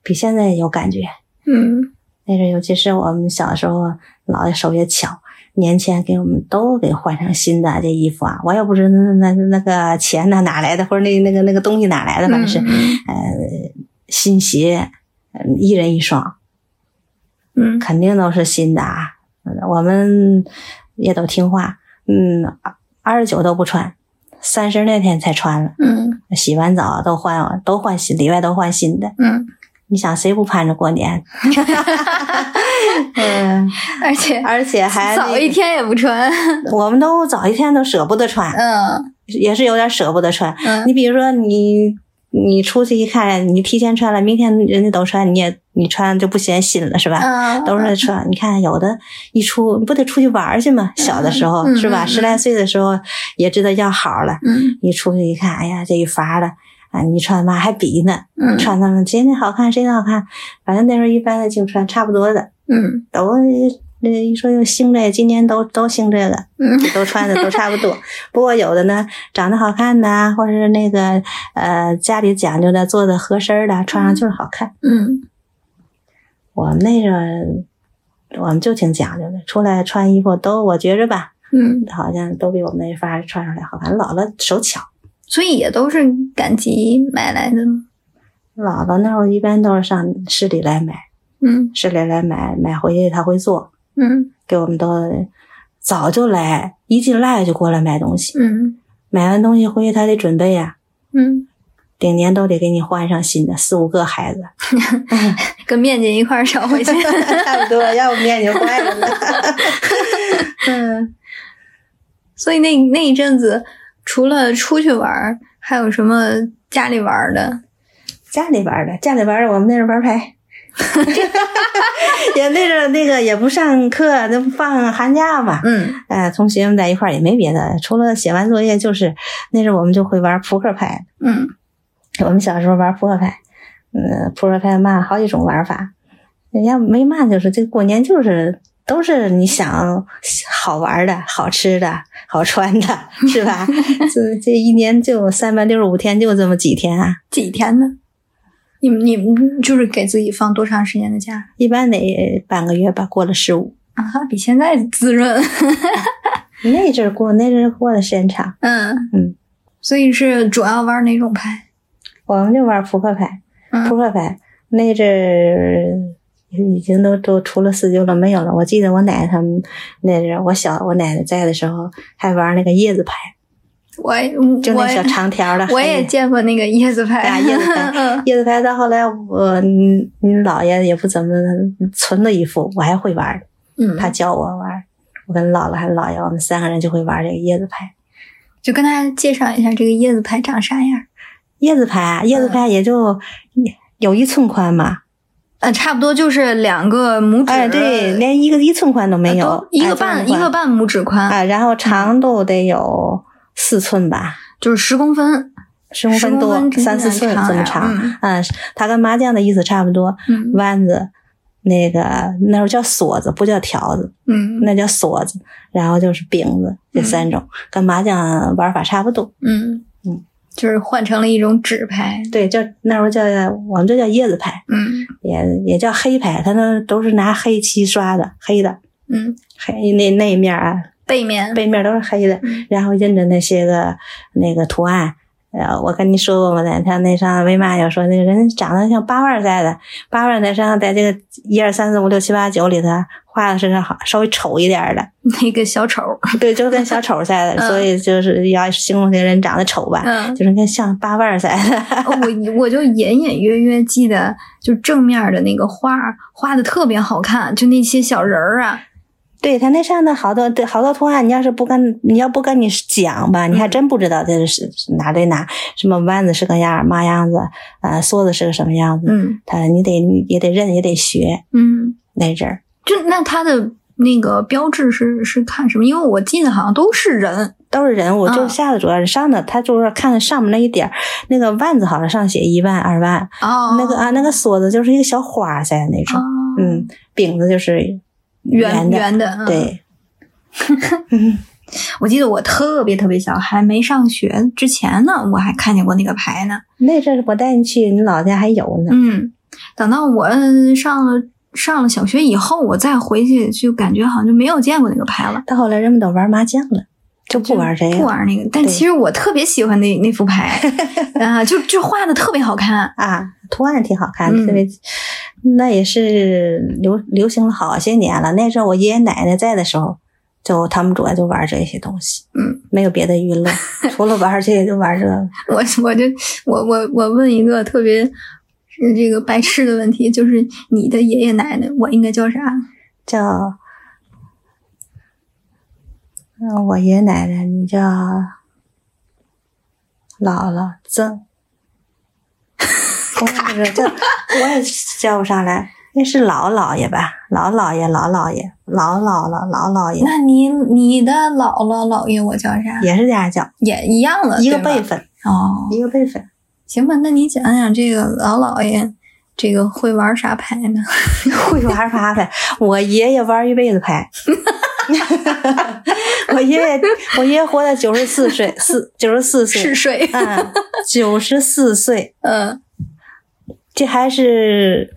[SPEAKER 2] 比现在有感觉。
[SPEAKER 1] 嗯
[SPEAKER 2] 那阵尤其是我们小时候，姥爷手也巧，年前给我们都给换上新的这衣服啊，我也不知道那那那个钱呢哪来的，或者那那个那个东西哪来的，反正是、
[SPEAKER 1] 嗯
[SPEAKER 2] 呃新鞋，嗯一人一双，
[SPEAKER 1] 嗯
[SPEAKER 2] 肯定都是新的啊。嗯我们也都听话，嗯，二十九都不穿，三十那天才穿了。
[SPEAKER 1] 嗯
[SPEAKER 2] 洗完澡都换了，都换新，里外都换新的。
[SPEAKER 1] 嗯，
[SPEAKER 2] 你想谁不盼着 过年？嗯，
[SPEAKER 1] 而且
[SPEAKER 2] 而且还
[SPEAKER 1] 早一，天也不 穿。
[SPEAKER 2] 我们都早一天都舍不得穿，
[SPEAKER 1] 嗯
[SPEAKER 2] 也是有点舍不得穿。
[SPEAKER 1] 嗯
[SPEAKER 2] 你比如说你。你出去一看，你提前穿了，明天人家都穿，你也你穿就不嫌新了，是吧？
[SPEAKER 1] 嗯，
[SPEAKER 2] 啊都是穿。你看，有的一出你不得出去玩儿去吗？小的时候、
[SPEAKER 1] 嗯
[SPEAKER 2] 是吧？
[SPEAKER 1] 嗯
[SPEAKER 2] 十来岁的时候也知道要好了，
[SPEAKER 1] 嗯
[SPEAKER 2] 一出去一看，哎呀，这一伐的啊，你穿嘛还比呢，
[SPEAKER 1] 嗯
[SPEAKER 2] 穿他们谁那好看谁那好看，反正那时候一般的就穿差不多的，
[SPEAKER 1] 嗯
[SPEAKER 2] 都那一说又兴这，今年都都兴这个，
[SPEAKER 1] 嗯
[SPEAKER 2] 都穿的都差不多。 不过有的呢，长得好看的，或者是那个呃家里讲究的做的合身儿的，穿上就是好看。
[SPEAKER 1] 嗯
[SPEAKER 2] 我们那阵儿，我们就挺讲究的，出来穿衣服都，我觉着吧，
[SPEAKER 1] 嗯，
[SPEAKER 2] 好像都比我们那一发穿上来好看。姥姥手巧，
[SPEAKER 1] 所以也都是赶集买来的吗。
[SPEAKER 2] 姥姥那会儿一般都是上市里来买，
[SPEAKER 1] 嗯
[SPEAKER 2] 市里来买，买回去她会做，
[SPEAKER 1] 嗯
[SPEAKER 2] 给我们都早就来，一进腊月就过来买东西，
[SPEAKER 1] 嗯
[SPEAKER 2] 买完东西回去她得准备呀、
[SPEAKER 1] 嗯，
[SPEAKER 2] 顶年都得给你换上新的，四五个孩子，
[SPEAKER 1] 跟面筋一块儿捎回去。
[SPEAKER 2] 差不多，要不面就坏了 呢。嗯，
[SPEAKER 1] 所以那那一阵子，除了出去玩儿，还有什么家里玩儿的？
[SPEAKER 2] 家里玩儿的，家里玩儿的，我们那阵儿玩儿牌。也那阵儿那个也不上课，那不放寒假嘛，
[SPEAKER 1] 嗯
[SPEAKER 2] 呃，同学们在一块儿也没别的，除了写完作业就是那阵儿我们就会玩扑克牌，
[SPEAKER 1] 嗯
[SPEAKER 2] 我们小时候玩扑克牌，嗯，扑克牌嘛，好几种玩法。人家没嘛，就是这过年就是都是你想好玩的、好吃的、好穿的，是吧？ 这这一年就三百六十五天，就这么几天啊。
[SPEAKER 1] 几天呢？你们你们就是给自己放多长时间的假
[SPEAKER 2] 一般得半个月吧，过了十五。
[SPEAKER 1] 啊？比现在滋润。
[SPEAKER 2] 那阵儿过，那阵儿过的时间长，
[SPEAKER 1] 嗯
[SPEAKER 2] 嗯，
[SPEAKER 1] 所以是主要玩哪种牌？
[SPEAKER 2] 我们就玩扑克牌，
[SPEAKER 1] 嗯
[SPEAKER 2] 扑克牌那阵儿已经都都除了四旧了，没有了。我记得我奶奶他们那阵儿，我小我奶奶在的时候，还玩那个椰子牌，
[SPEAKER 1] 我
[SPEAKER 2] 就那小长条的。
[SPEAKER 1] 我我也见过那个椰子牌，，
[SPEAKER 2] 啊，椰子牌
[SPEAKER 1] 嗯
[SPEAKER 2] 椰子牌到后来我你你姥爷也不怎么存了一副，我还会玩儿，
[SPEAKER 1] 嗯，
[SPEAKER 2] 他教我玩儿，我跟姥姥还有姥爷，我们三个人就会玩这个椰子牌。
[SPEAKER 1] 就跟大家介绍一下这个椰子牌长啥样。
[SPEAKER 2] 椰子牌啊，椰子
[SPEAKER 1] 嗯
[SPEAKER 2] 牌也就有一寸宽嘛，
[SPEAKER 1] 呃，差不多就是两个拇指，
[SPEAKER 2] 哎，对，连一个一寸宽都没有，
[SPEAKER 1] 啊都一
[SPEAKER 2] 哎
[SPEAKER 1] 个
[SPEAKER 2] 这么
[SPEAKER 1] 半一
[SPEAKER 2] 宽
[SPEAKER 1] 个半拇指宽，
[SPEAKER 2] 啊，然后长度得有四寸吧，
[SPEAKER 1] 就是十公分，
[SPEAKER 2] 十公分
[SPEAKER 1] 15
[SPEAKER 2] 多，
[SPEAKER 1] 真
[SPEAKER 2] 三
[SPEAKER 1] 的
[SPEAKER 2] 四寸
[SPEAKER 1] 长嗯
[SPEAKER 2] 这么
[SPEAKER 1] 呀
[SPEAKER 2] 长。啊，它跟麻将的意思差不多，
[SPEAKER 1] 嗯
[SPEAKER 2] 弯子。那个那时候叫锁子，不叫条子，
[SPEAKER 1] 嗯嗯
[SPEAKER 2] 那叫锁子，然后就是饼子，这三种、跟麻将玩法差不多。
[SPEAKER 1] 嗯
[SPEAKER 2] 嗯，
[SPEAKER 1] 就是换成了一种纸牌，
[SPEAKER 2] 对，叫那时候叫我们这叫椰子牌，
[SPEAKER 1] 嗯
[SPEAKER 2] 也也叫黑牌，它那都是拿黑漆刷的，黑的
[SPEAKER 1] 嗯，
[SPEAKER 2] 黑那那一面啊，
[SPEAKER 1] 背面
[SPEAKER 2] 背面都是黑的
[SPEAKER 1] 嗯，
[SPEAKER 2] 然后印着那些个那个图案。呃，我跟你说过嘛，那他那上为嘛要说那个人长得像八万在的，八万在上在这个一二三四五六七八九里头画的是好稍微丑一点 儿的，
[SPEAKER 1] 那个小 丑，
[SPEAKER 2] 对，就跟小丑似的，
[SPEAKER 1] 嗯
[SPEAKER 2] 所以就是要形容这人长得丑吧，
[SPEAKER 1] 嗯，
[SPEAKER 2] 就是跟像八万似的。
[SPEAKER 1] 我我就隐隐约约记得，就正面的那个花儿画的特别好看，就那些小人儿啊，
[SPEAKER 2] 对他那上的好多对好多图案，你要是不跟你要不跟你讲吧，
[SPEAKER 1] 嗯
[SPEAKER 2] 你还真不知道这是哪对哪，什么弯子是个样儿，嘛样子，呃，梭子是个什么样子，
[SPEAKER 1] 嗯
[SPEAKER 2] 他你得也得认也得学
[SPEAKER 1] 嗯，
[SPEAKER 2] 那阵儿，
[SPEAKER 1] 就那它的那个标志是是看什么？因为我记得好像都是人，
[SPEAKER 2] 都是人物，
[SPEAKER 1] 嗯
[SPEAKER 2] 就下的主要是上的，他就是看上面那一点儿，那个万字好像上写一万二万，
[SPEAKER 1] 哦，
[SPEAKER 2] 那个啊那个梭子就是一个小花儿在那种，
[SPEAKER 1] 哦，
[SPEAKER 2] 嗯，饼子就是
[SPEAKER 1] 圆
[SPEAKER 2] 的，
[SPEAKER 1] 圆的，嗯，
[SPEAKER 2] 对，
[SPEAKER 1] 我记得我特别特别小，还没上学之前呢，我还看见过那个牌呢。
[SPEAKER 2] 那阵儿我带你去你老家还有呢，
[SPEAKER 1] 嗯，等到我嗯上了上了小学以后，我再回去就感觉好像就没有见过那个牌了，
[SPEAKER 2] 到后来人们都玩麻将了，就不玩这
[SPEAKER 1] 不
[SPEAKER 2] 个
[SPEAKER 1] 玩那个。但
[SPEAKER 2] 对
[SPEAKER 1] 其实我特别喜欢那那副 牌啊，就就画的特别好看。
[SPEAKER 2] 啊，图案挺好看
[SPEAKER 1] 嗯
[SPEAKER 2] 的，特别。那也是流流行了好些年了。那阵儿我爷爷奶奶在的时候，就他们主要就玩这些东西，
[SPEAKER 1] 嗯，
[SPEAKER 2] 没有别的娱 乐，除了玩这些就玩这个。
[SPEAKER 1] 我我就我我我问一个特别呃这个白痴的问题，就是你的爷爷奶奶，我应该叫啥？
[SPEAKER 2] 叫，嗯，我爷爷奶奶，你叫姥姥曾，我也不知道叫，我也叫不上来，那是老姥爷吧？老姥爷，老姥爷，老姥姥，老姥爷，
[SPEAKER 1] 那你你的姥姥姥爷我叫啥？
[SPEAKER 2] 也是这样叫，
[SPEAKER 1] 也一样了，
[SPEAKER 2] 一个
[SPEAKER 1] 啊对吧
[SPEAKER 2] 辈分，
[SPEAKER 1] 哦。
[SPEAKER 2] 一个辈分。
[SPEAKER 1] 行吧，那你讲讲这个老姥爷，这个会玩啥牌呢？
[SPEAKER 2] 会玩啥牌？我爷爷玩一辈 子牌。 我爷爷，我爷爷活到九十四岁，四九十四岁，
[SPEAKER 1] 嗜 睡，
[SPEAKER 2] 啊，九十四岁，
[SPEAKER 1] 嗯
[SPEAKER 2] 这还是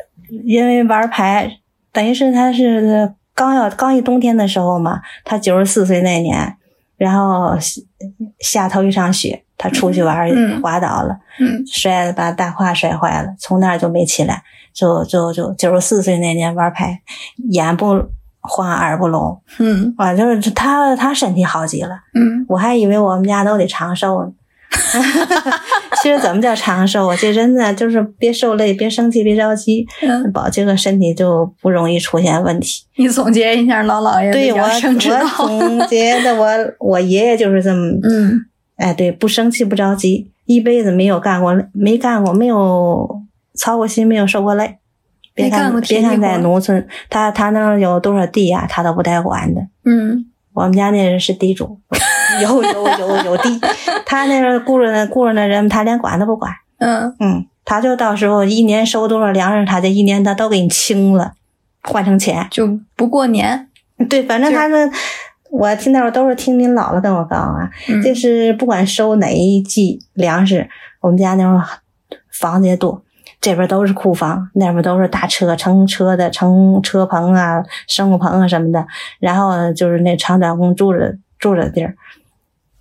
[SPEAKER 2] 因为玩牌，等于是他是刚要刚一冬天的时候嘛，他九十四岁那年，然后下下头一场雪，他出去玩儿
[SPEAKER 1] 嗯
[SPEAKER 2] 滑倒了，
[SPEAKER 1] 嗯
[SPEAKER 2] 摔了把大胯摔坏了，从那儿就没起来，就就就九十四岁那年玩牌，眼不花耳不聋，
[SPEAKER 1] 嗯
[SPEAKER 2] 啊，就是他他身体好极了。
[SPEAKER 1] 嗯，
[SPEAKER 2] 我还以为我们家都得长寿呢。 其实怎么叫长寿啊？这人呢，就是别受累，别生气，别着急，
[SPEAKER 1] 嗯
[SPEAKER 2] 保这个身体就不容易出现问题。
[SPEAKER 1] 你总结一下老姥爷的
[SPEAKER 2] 对我，
[SPEAKER 1] 养生之道
[SPEAKER 2] 我。总觉得我我爷爷就是这么，
[SPEAKER 1] 嗯
[SPEAKER 2] 哎，对，不生气，不着急，一辈子没有干过，没干过，没有操过心，没有受过累。别
[SPEAKER 1] 没干
[SPEAKER 2] 看
[SPEAKER 1] 过体
[SPEAKER 2] 别
[SPEAKER 1] 力
[SPEAKER 2] 看
[SPEAKER 1] 活
[SPEAKER 2] 在农村，他他那儿有多少地呀、他都不带管的。
[SPEAKER 1] 嗯，
[SPEAKER 2] 我们家那人是地主，有有有有地，他那人雇着那雇着那人，他连管都不管，
[SPEAKER 1] 嗯，
[SPEAKER 2] 嗯，他就到时候一年收多少粮食，他这一年他都给你清了，换成钱。
[SPEAKER 1] 就不过年。
[SPEAKER 2] 对，反正
[SPEAKER 1] 是
[SPEAKER 2] 他们，我听到都是听您姥姥跟我讲啊，
[SPEAKER 1] 嗯
[SPEAKER 2] 就是不管收哪一季粮食，我们家那时候房子也多。这边都是库房，那边都是大车、乘车的、乘车棚啊、生活棚啊什么的。然后就是那长短工住着住着地儿，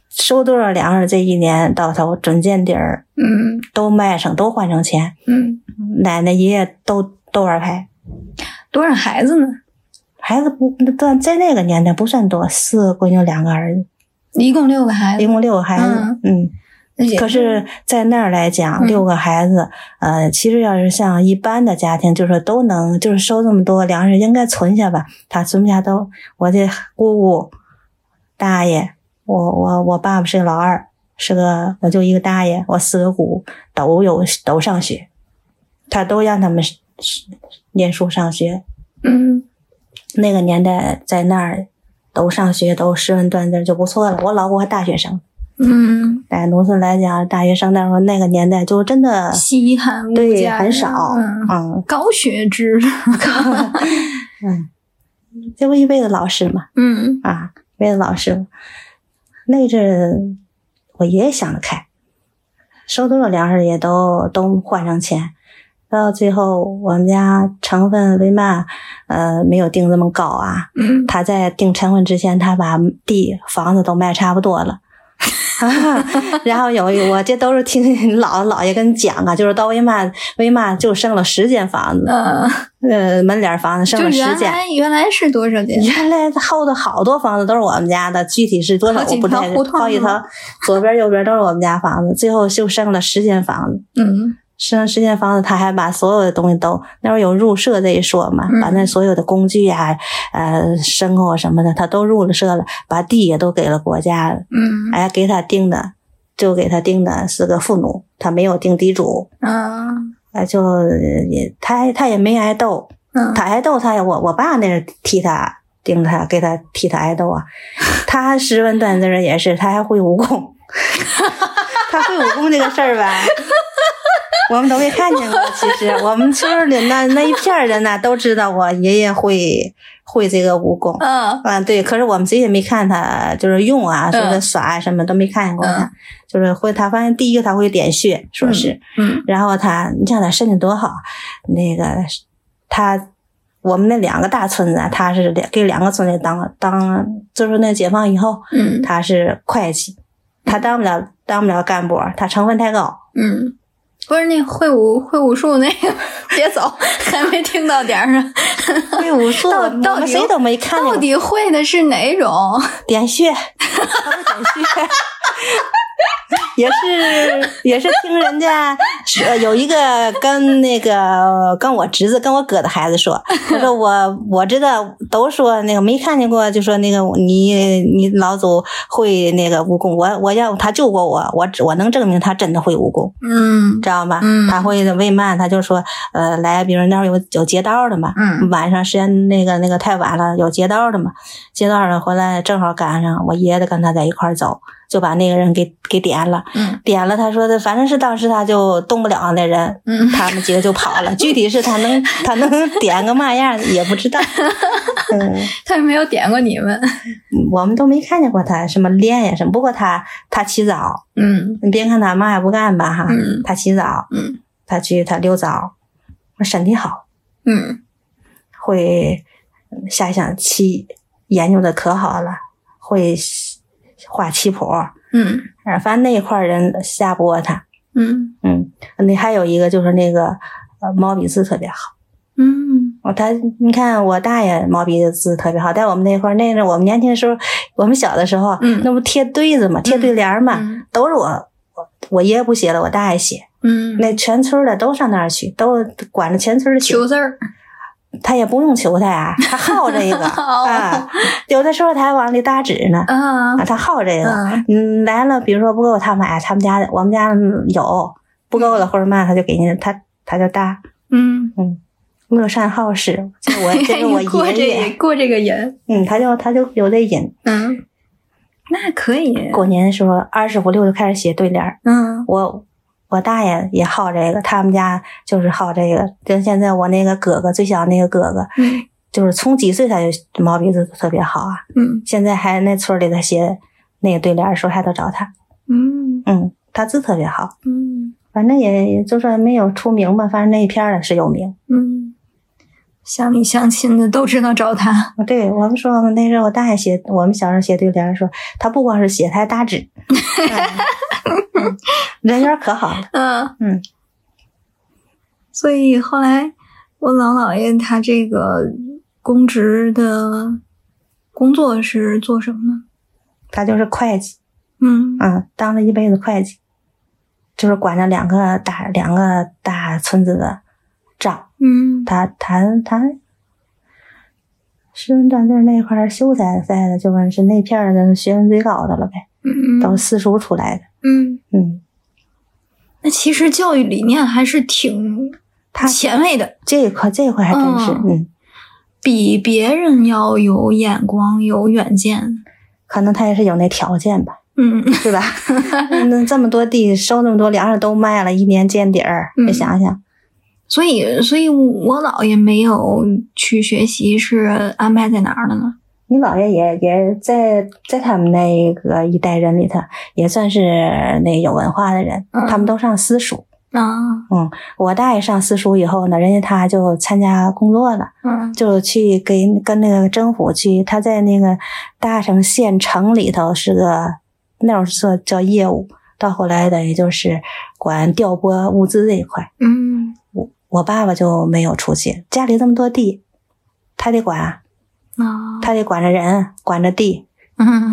[SPEAKER 2] 收多少粮食，这一年到头准见底儿
[SPEAKER 1] 嗯
[SPEAKER 2] 都卖上，都换成钱。
[SPEAKER 1] 嗯，
[SPEAKER 2] 奶奶、爷爷都都玩牌，
[SPEAKER 1] 多少孩子呢？
[SPEAKER 2] 孩子不但在那个年代不算多，四个闺女两个儿子，
[SPEAKER 1] 一共六个孩子，
[SPEAKER 2] 一共六个孩子，嗯。
[SPEAKER 1] 那也
[SPEAKER 2] 可是，在那儿来讲，
[SPEAKER 1] 嗯
[SPEAKER 2] 六个孩子，呃，其实要是像一般的家庭，就是说都能，就是收这么多粮食，应该存下吧。他存不下都，我这姑姑、大爷，我我我爸爸是个老二，是个我就一个大爷，我四个姑都有都上学，他都让他们是是念书上学。
[SPEAKER 1] 嗯
[SPEAKER 2] 那个年代在那儿都上学，都识文断字就不错了。我老公还大学生。
[SPEAKER 1] 嗯，
[SPEAKER 2] 在哎农村来讲，大学生那时候那个年代就真的
[SPEAKER 1] 稀罕物件
[SPEAKER 2] 对
[SPEAKER 1] 呀
[SPEAKER 2] 很少，
[SPEAKER 1] 嗯，
[SPEAKER 2] 嗯
[SPEAKER 1] 高学制，
[SPEAKER 2] 嗯，这不一辈子老师嘛
[SPEAKER 1] 嗯
[SPEAKER 2] 啊，一辈子老师。那阵儿我也想得开，收多少粮食也都都换成钱。到最后，我们家成分为嘛，呃，没有定这么高啊，
[SPEAKER 1] 嗯，
[SPEAKER 2] 他在定成婚之前，他把地、房子都卖差不多了。 然后有一我这都是听姥姥姥爷跟讲啊，就是到威妈威妈就剩了十间房子，
[SPEAKER 1] 呃，
[SPEAKER 2] 呃，门脸房子剩
[SPEAKER 1] 就
[SPEAKER 2] 了十
[SPEAKER 1] 原
[SPEAKER 2] 间。
[SPEAKER 1] 来原来是多少钱？
[SPEAKER 2] 原来后头好多房子都是我们家的，具体是多少
[SPEAKER 1] 好几
[SPEAKER 2] 我不知道
[SPEAKER 1] 条胡。同
[SPEAKER 2] 好几条
[SPEAKER 1] 吗，
[SPEAKER 2] 左边右边都是我们家房子，最后就剩了十间房子。
[SPEAKER 1] 嗯
[SPEAKER 2] 剩十间房子，他还把所有的东西都那会儿有入社这一说嘛，
[SPEAKER 1] 嗯
[SPEAKER 2] 把那所有的工具啊、呃牲口什么的，他都入了社了，把地也都给了国家了，
[SPEAKER 1] 嗯
[SPEAKER 2] 哎，给他定的就给他定的是个妇奴，他没有定地主，
[SPEAKER 1] 啊
[SPEAKER 2] 哎，就呃也他他也没挨斗，
[SPEAKER 1] 嗯
[SPEAKER 2] 他挨斗他也我我爸那是替他定他给他替他挨 斗啊，他识文断字儿也是，他还会 武功，他会武功这个事儿吧，我们都没看见过。其实我们村儿里那那一片儿人呐，都知道我爷爷会会这个武功。
[SPEAKER 1] 嗯
[SPEAKER 2] 啊，对，可是我们谁也没看他，就是用啊，说的耍啊，什么都没看见过他，
[SPEAKER 1] 嗯
[SPEAKER 2] 就是会他，发现第一个他会点穴，说是，
[SPEAKER 1] 嗯
[SPEAKER 2] 然后他，你像他身体多好，那个他，我们那两个大村子啊，他是两给两个村子当当，就是那解放以后，
[SPEAKER 1] 嗯
[SPEAKER 2] 他是会计，他当不了当不了干部，他成分太 高。
[SPEAKER 1] 嗯，不是那会武会武术那个，别走，还没听到点儿呢。
[SPEAKER 2] 会武术，
[SPEAKER 1] 到
[SPEAKER 2] 哎我们
[SPEAKER 1] 到
[SPEAKER 2] 我们
[SPEAKER 1] 底
[SPEAKER 2] 谁都没看
[SPEAKER 1] 到
[SPEAKER 2] 见过
[SPEAKER 1] 底会的是哪种？
[SPEAKER 2] 点穴，他会点穴。也是也是听人家说有一个跟那个跟我侄子跟我哥的孩子说，他说我我知道都说那个没看见过，就说那个你你老祖会那个武功，我我要他救过我，我只我能证明他真的会武功，
[SPEAKER 1] 嗯
[SPEAKER 2] 知道吗？
[SPEAKER 1] 嗯
[SPEAKER 2] 他会喂慢，他就说呃来，比如那儿有有劫道的嘛，
[SPEAKER 1] 嗯
[SPEAKER 2] 晚上时间那个那个太晚了，有劫道的嘛，劫道的回来正好赶上我爷爷跟他在一块儿走，就把那个人给给点了，
[SPEAKER 1] 嗯
[SPEAKER 2] 点了他说的，反正是当时他就动不了那人，
[SPEAKER 1] 嗯
[SPEAKER 2] 他们几个就跑了，具体是 他能他能点个嘛样也不知道，嗯，
[SPEAKER 1] 他有没有点过你们。
[SPEAKER 2] 我们都没看见过他什么练呀什么，不过他他起早，
[SPEAKER 1] 嗯
[SPEAKER 2] 你别看他嘛也不干吧哈，
[SPEAKER 1] 嗯
[SPEAKER 2] 他起早，
[SPEAKER 1] 嗯
[SPEAKER 2] 他去他溜早，我身体好。啊
[SPEAKER 1] 嗯
[SPEAKER 2] 会嗯下象棋，研究的可好了，会画棋谱，
[SPEAKER 1] 嗯
[SPEAKER 2] 呃反正那一块儿人下不过他。
[SPEAKER 1] 嗯
[SPEAKER 2] 嗯，那还有一个就是那个呃毛笔字特别好。
[SPEAKER 1] 嗯
[SPEAKER 2] 哦，他你看我大爷毛笔字特别好，在我们那块儿，那阵儿我们年轻的时候，我们小的时候，
[SPEAKER 1] 嗯
[SPEAKER 2] 那不贴对子嘛，贴对联儿嘛，
[SPEAKER 1] 嗯
[SPEAKER 2] 都是我我我爷爷不写了，我大爷写，
[SPEAKER 1] 嗯，
[SPEAKER 2] 那全村儿的都上那儿去，都管着全村儿的去。
[SPEAKER 1] 求字儿。
[SPEAKER 2] 他也不用求 他呀，他好这个
[SPEAKER 1] 哦
[SPEAKER 2] 啊。有的时候他还往里搭纸呢，
[SPEAKER 1] 啊
[SPEAKER 2] 啊，他好这个。
[SPEAKER 1] 嗯
[SPEAKER 2] 嗯，来了，比如说不够他买，他们家的我们家有不够了或者嘛，他就给人家他他就搭。
[SPEAKER 1] 嗯，
[SPEAKER 2] 乐善好施，这 我这是我
[SPEAKER 1] 过
[SPEAKER 2] 爷
[SPEAKER 1] 这
[SPEAKER 2] 爷，
[SPEAKER 1] 过这个瘾。
[SPEAKER 2] 嗯，他就他就有这瘾。
[SPEAKER 1] 嗯，那可以。
[SPEAKER 2] 过年的时候，二十五六就开始写对联儿。
[SPEAKER 1] 嗯
[SPEAKER 2] 我我大爷也好这个，他们家就是好这个。跟现在我那个哥哥最小那个哥哥，
[SPEAKER 1] 嗯
[SPEAKER 2] 就是从几岁他就毛笔字特别好啊。
[SPEAKER 1] 嗯
[SPEAKER 2] 现在还那村里头写那个对联的时候，还都找他。
[SPEAKER 1] 嗯
[SPEAKER 2] 嗯，他字特别好，
[SPEAKER 1] 嗯
[SPEAKER 2] 反正也也就说没有出名吧，反正那一片儿的是有名。
[SPEAKER 1] 嗯，像你相亲的都知道找他。
[SPEAKER 2] 哦对我们说，那时候我大爷写，我们小时候写对联儿的时候，他不光是写，他还搭纸，嗯嗯人缘可好了。
[SPEAKER 1] 嗯
[SPEAKER 2] 嗯，
[SPEAKER 1] 所以后来我老姥爷他这个公职的工作是做什么呢？
[SPEAKER 2] 他就是会计，
[SPEAKER 1] 嗯
[SPEAKER 2] 嗯，当了一辈子会计，就是管着两个大两个大村子的账。
[SPEAKER 1] 嗯
[SPEAKER 2] 他他他，石门站地儿那块儿秀才在的，就问是那片儿的学问最高的了呗，
[SPEAKER 1] 嗯
[SPEAKER 2] 都是私塾出来的。
[SPEAKER 1] 嗯，
[SPEAKER 2] 嗯，
[SPEAKER 1] 那其实教育理念还是挺
[SPEAKER 2] 他
[SPEAKER 1] 前卫的，
[SPEAKER 2] 这一块这一块还真是，
[SPEAKER 1] 哦
[SPEAKER 2] 嗯，
[SPEAKER 1] 比别人要有眼光、有远见。
[SPEAKER 2] 可能他也是有那条件吧，
[SPEAKER 1] 嗯
[SPEAKER 2] 是吧？那这么多地收那么多粮食都卖了，一年见底儿，
[SPEAKER 1] 嗯
[SPEAKER 2] 你想想，
[SPEAKER 1] 所以，所以我姥爷没有去学习，是安排在哪儿了呢？
[SPEAKER 2] 你姥爷也也在在他们那个一代人里头也算是那有文化的人，
[SPEAKER 1] 嗯
[SPEAKER 2] 他们都上私塾。
[SPEAKER 1] 啊，
[SPEAKER 2] 我大爷上私塾以后呢，人家他就参加工作了，
[SPEAKER 1] 嗯
[SPEAKER 2] 就去跟跟那个政府去，他在那个大城县城里头是个那种说叫业务，到后来等于就是管调拨物资这一块。
[SPEAKER 1] 嗯，
[SPEAKER 2] 我我爸爸就没有出去，家里这么多地，他得管啊，
[SPEAKER 1] 啊，
[SPEAKER 2] 他得管着人，管着地。
[SPEAKER 1] 嗯，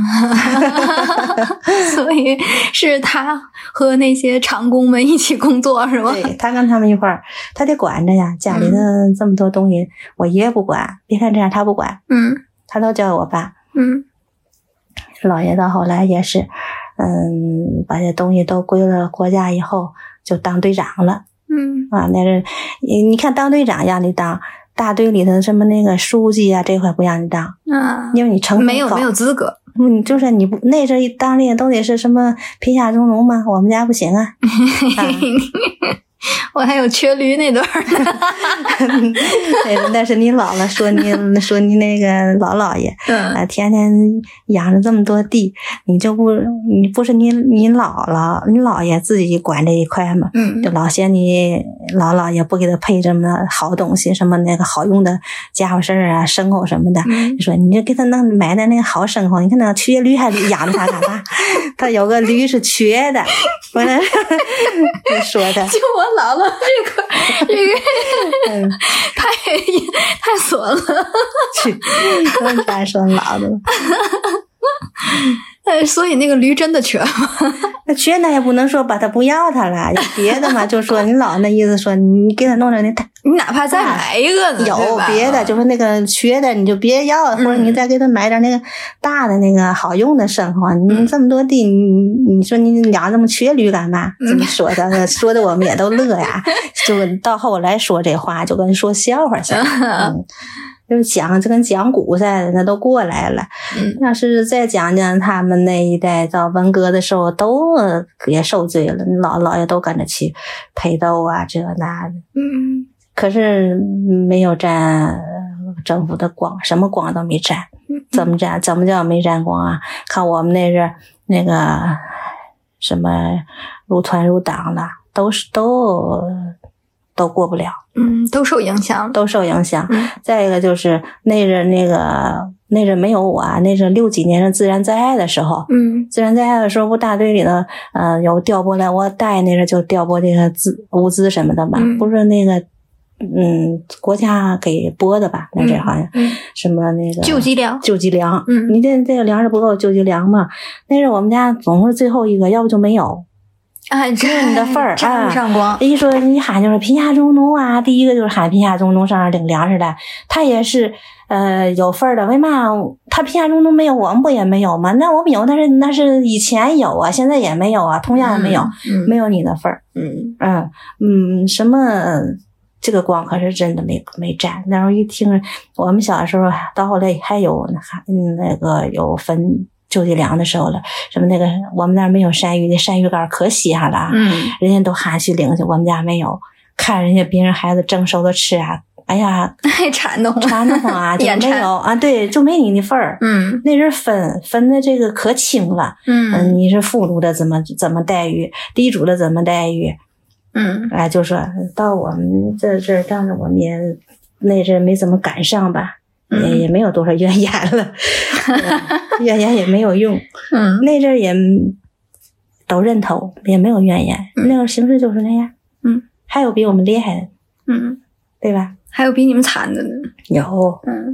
[SPEAKER 1] 所以是他和那些长工们一起工作是吧？
[SPEAKER 2] 对他跟他们一块儿，他得管着呀，家里的这么多东西，我爷爷不管。别看这样，他不管，
[SPEAKER 1] 嗯
[SPEAKER 2] 他都交给我爸。
[SPEAKER 1] 嗯
[SPEAKER 2] 老爷到后来也是，嗯，把这东西都归了国家以后，就当队长了
[SPEAKER 1] 嗯
[SPEAKER 2] 啊。那是你你看当队长让你当，大队里头什么那个书记啊，这块不让你当，
[SPEAKER 1] 啊，
[SPEAKER 2] 因为你成本
[SPEAKER 1] 没有
[SPEAKER 2] 高
[SPEAKER 1] 没有资格，
[SPEAKER 2] 嗯，就是你不那阵儿一当这都得是什么贫下中农嘛，我们家不行 啊。啊
[SPEAKER 1] 嗯我还有瘸驴那段儿呢。
[SPEAKER 2] 那那是你姥姥说你说你那个老姥爷
[SPEAKER 1] 嗯
[SPEAKER 2] 啊，天天养着这么多地，你就不你不是你你姥姥你姥爷自己管这一块嘛？就
[SPEAKER 1] 嗯
[SPEAKER 2] 老嫌你姥姥也不给他配这么好东西，什么那个好用的家伙事儿啊、牲口什么的，
[SPEAKER 1] 嗯
[SPEAKER 2] 就说你就给他弄买的那个好牲口，你看那瘸驴还养着它干嘛？ 他有个驴是瘸的，完了 说的，
[SPEAKER 1] 就我姥姥这个这个
[SPEAKER 2] 嗯，
[SPEAKER 1] 太太损了，
[SPEAKER 2] 去，咱咋说老的？
[SPEAKER 1] 呃 所以那个驴真的瘸吗？
[SPEAKER 2] 那瘸那也不能说把他不要他了，有别的嘛，就说你老那意思说你给他弄成那太
[SPEAKER 1] 你哪怕再买一个呢，对
[SPEAKER 2] 有
[SPEAKER 1] 吧嗯
[SPEAKER 2] 别的，就说那个瘸的你就别要了，或者你再给他买点那个大的那个好用的牲口啊。
[SPEAKER 1] 嗯
[SPEAKER 2] 你这么多地，你你说你养这么瘸驴干嘛？这
[SPEAKER 1] 嗯
[SPEAKER 2] 么说 的，说的我们也都乐呀。就到后来说这话，就跟说笑话似的。 嗯就是讲，就跟讲古似的，那都过来了。
[SPEAKER 1] 嗯
[SPEAKER 2] 要是再讲讲他们那一代到文革的时候，都呃也受罪了，老老爷都跟着去陪斗啊，这那的。
[SPEAKER 1] 嗯
[SPEAKER 2] 可是没有沾呃政府的光，什么光都没沾。
[SPEAKER 1] 嗯
[SPEAKER 2] 怎么沾？怎么叫没沾光啊？看我们那阵儿那个什么入团入党了，都是都都过不了，
[SPEAKER 1] 嗯都受影响了。
[SPEAKER 2] 都受影响。
[SPEAKER 1] 嗯
[SPEAKER 2] 再一个就是那阵儿那个那阵儿没有我，啊，那阵儿六几年的自然灾害的时候，
[SPEAKER 1] 嗯
[SPEAKER 2] 自然灾害的时候不大队里头，呃，有调拨来，我大爷那阵儿就调拨这个资物资什么的嘛，
[SPEAKER 1] 嗯
[SPEAKER 2] 不是那个，嗯，国家给拨的吧？那阵儿好像、
[SPEAKER 1] 嗯
[SPEAKER 2] 什么那个
[SPEAKER 1] 救济粮，
[SPEAKER 2] 救济粮，
[SPEAKER 1] 嗯
[SPEAKER 2] 你这这个粮食不够救济粮嘛？那阵儿我们家总是最后一个，要不就没有。
[SPEAKER 1] 哎，这
[SPEAKER 2] 是你的份儿
[SPEAKER 1] 沾
[SPEAKER 2] 啊
[SPEAKER 1] 不上光。
[SPEAKER 2] 一说你喊就是贫下中农啊，第一个就是喊贫下中农上那儿领粮食来，他也是呃有份儿的。为嘛他贫下中农没有，我们不也没有吗？那我们有，但是那是以前有啊，现在也没有啊，同样也没有，
[SPEAKER 1] 嗯，
[SPEAKER 2] 没有你的份儿。
[SPEAKER 1] 嗯
[SPEAKER 2] 嗯嗯，什么这个光可是真的没没沾。那时候一听，我们小时候到后来还有还嗯那个有分救济粮的时候了，什么那个我们那儿没有山芋，那山芋干儿可稀罕了啊。
[SPEAKER 1] 嗯
[SPEAKER 2] 人家都喊去领去，我们家没有。看人家别人孩子蒸熟的吃啊，哎呀，
[SPEAKER 1] 嗯，还 馋得慌。
[SPEAKER 2] 馋得 慌啊，就
[SPEAKER 1] 眼
[SPEAKER 2] 没
[SPEAKER 1] 馋
[SPEAKER 2] 有啊，对，就没你那份儿。
[SPEAKER 1] 嗯
[SPEAKER 2] 那人分分的这个可清了，嗯，
[SPEAKER 1] 嗯
[SPEAKER 2] 你是副主的怎么怎么待遇，地主的怎么待遇，
[SPEAKER 1] 嗯
[SPEAKER 2] 哎，就说到我们这这儿，但是我们也那阵儿没怎么赶上吧，
[SPEAKER 1] 嗯
[SPEAKER 2] 也也没有多少怨言 了，嗯怨言也没有用，
[SPEAKER 1] 嗯
[SPEAKER 2] 那阵儿也嗯都认头，也没有怨言。
[SPEAKER 1] 嗯
[SPEAKER 2] 那个形势就是那样。
[SPEAKER 1] 嗯，
[SPEAKER 2] 还有比我们厉害的，
[SPEAKER 1] 嗯，
[SPEAKER 2] 对吧？
[SPEAKER 1] 还有比你们惨的呢。
[SPEAKER 2] 有，
[SPEAKER 1] 嗯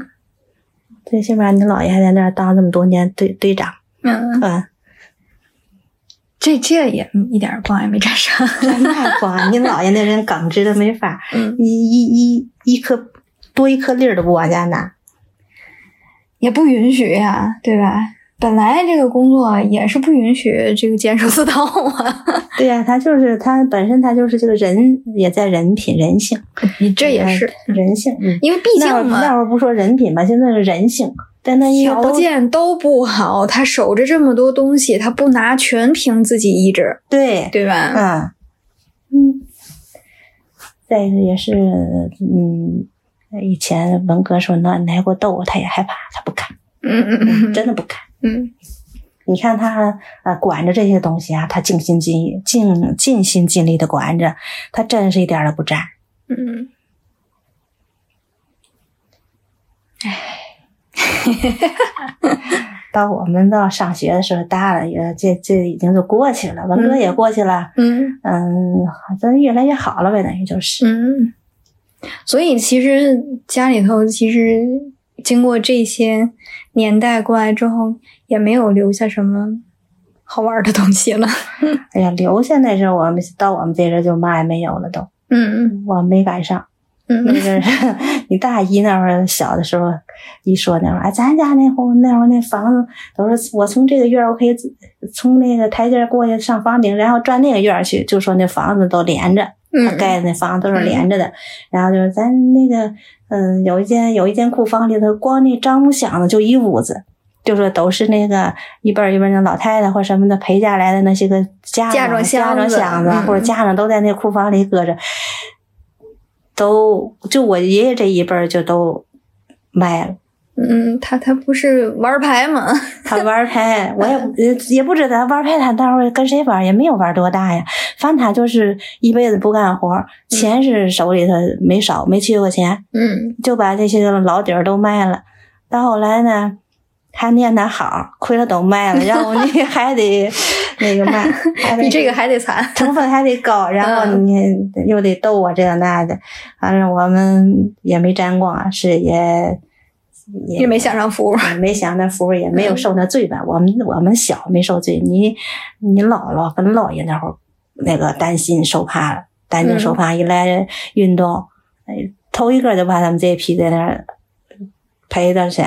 [SPEAKER 2] 最起码你姥爷还在那儿当这么多年队队长，
[SPEAKER 1] 嗯，
[SPEAKER 2] 啊，
[SPEAKER 1] 这这也一点儿光也没沾上。
[SPEAKER 2] 那光你姥爷那人耿直的没法，
[SPEAKER 1] 嗯，
[SPEAKER 2] 一一一一颗多一颗粒儿都不往家拿，
[SPEAKER 1] 也不允许呀、对吧？本来这个工作也是不允许这个监守自盗 啊，
[SPEAKER 2] 对呀、他就是他本身他就是这个人也在人品人性，
[SPEAKER 1] 你这也是，
[SPEAKER 2] 人性，嗯，
[SPEAKER 1] 哎因为毕
[SPEAKER 2] 那会
[SPEAKER 1] 竟
[SPEAKER 2] 儿
[SPEAKER 1] 嘛，
[SPEAKER 2] 那会儿不说人品吧，现在是人性，但他一个
[SPEAKER 1] 条
[SPEAKER 2] 都
[SPEAKER 1] 件都不好，他守着这么多东西，他不拿全凭自己意志，
[SPEAKER 2] 对，
[SPEAKER 1] 对吧？
[SPEAKER 2] 啊，嗯，再一个也是，嗯，以前文革时候那挨过斗，他也害怕，他不敢，
[SPEAKER 1] 嗯嗯嗯，
[SPEAKER 2] 真的不敢。
[SPEAKER 1] 嗯
[SPEAKER 2] 你看他呃管着这些东西啊，他尽心尽力、尽尽心尽力的管着，他真是一点儿都不沾。
[SPEAKER 1] 嗯，
[SPEAKER 2] 到我们到上学的时候，大了也这这已经就过去了，文革也过去了，
[SPEAKER 1] 嗯
[SPEAKER 2] 嗯，好像越来越好了呗，等于就是，
[SPEAKER 1] 嗯，所以其实家里头其实经过这些年代过来之后，也没有留下什么好玩的东西了。
[SPEAKER 2] 哎呀，留下那时候我们到我们这时候就嘛也没有了都，
[SPEAKER 1] 嗯
[SPEAKER 2] 我没赶上。
[SPEAKER 1] 嗯
[SPEAKER 2] 那
[SPEAKER 1] 嗯
[SPEAKER 2] 阵儿你大姨那会儿小的时候，一说那会儿，哎，咱家那户那会儿那房子，都是我从这个院儿我可以自从那个台阶儿过去上房顶，然后转那个院儿去，就说那房子都连着，
[SPEAKER 1] 嗯，
[SPEAKER 2] 盖的那房子都是连着的。然后就是咱那个，嗯，有一间有一间库房里头，光那樟木箱子就一屋子。就说都是那个一辈儿一辈儿的老太太或什么的陪嫁来的那些个家
[SPEAKER 1] 嫁妆
[SPEAKER 2] 长家
[SPEAKER 1] 箱
[SPEAKER 2] 长
[SPEAKER 1] 子
[SPEAKER 2] 箱子
[SPEAKER 1] 嗯
[SPEAKER 2] 或者家长都在那库房里搁着，都就我爷爷这一辈儿就都卖了。
[SPEAKER 1] 嗯，他他不是玩牌吗？
[SPEAKER 2] 他玩牌，我也呃也不知道玩牌，他那会儿跟谁玩也没有玩多大呀。反正他就是一辈子不干活儿，钱是手里头没少，没去过钱，
[SPEAKER 1] 嗯
[SPEAKER 2] 就把这些老底儿都卖了。到后来呢，还念他好，亏了都卖了，然后你 还得那个卖，还 得
[SPEAKER 1] 比这个还得惨。
[SPEAKER 2] 成分还得高，然后
[SPEAKER 1] 嗯
[SPEAKER 2] 你又得逗我这个那的，反正我们也没沾光，是也
[SPEAKER 1] 也没享上福，
[SPEAKER 2] 也嗯没享那福，也没有受那罪吧。我们我们小没受罪，你你姥姥跟姥爷那会儿那个担心受怕了，担惊受怕，一来运动，哎头一个就把他们这一批在那儿陪着去。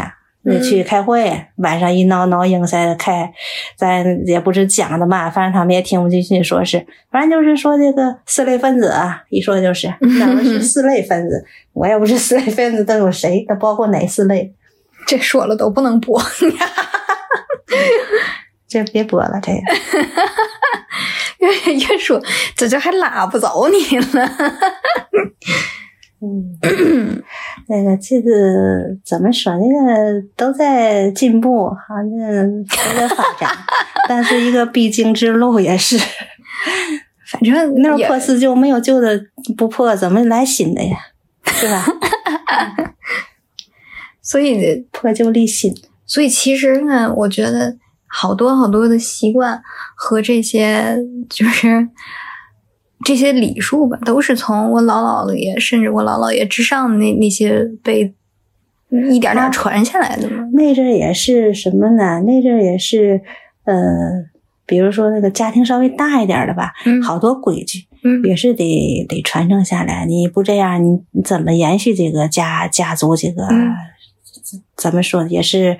[SPEAKER 2] 那去开会，晚上一闹闹硬塞的开，咱也不知讲的嘛，反正他们也听不进去，说是，反正就是说这个四类分子啊，一说就是那我们是四类分子，我也不知四类分子都有谁，那包括哪四类，
[SPEAKER 1] 这说了都不能播。
[SPEAKER 2] 这别播 了，这个
[SPEAKER 1] 越越说，这这还拉不走你了。
[SPEAKER 2] 嗯， 那个这个怎么说？那个都在进步，好像都在发展， 但是一个必经之路也是。
[SPEAKER 1] 反正
[SPEAKER 2] 那
[SPEAKER 1] 也
[SPEAKER 2] 破四旧没有旧的不破，怎么来新的呀？是吧？
[SPEAKER 1] 所以
[SPEAKER 2] 破旧立新，
[SPEAKER 1] 所以其实呢，我觉得好多好多的习惯和这些就是这些礼数吧，都是从我姥姥爷甚至我姥姥爷之上的那那些被一点点传下来的嘛。
[SPEAKER 2] 那阵儿也是什么呢？那阵儿也是，呃，比如说那个家庭稍微大一点儿的吧，
[SPEAKER 1] 嗯，，
[SPEAKER 2] 好多规矩。
[SPEAKER 1] 嗯
[SPEAKER 2] 也是得得传承下来。你不这样，你你怎么延续这个家家族这个？
[SPEAKER 1] 嗯
[SPEAKER 2] 怎么说也是，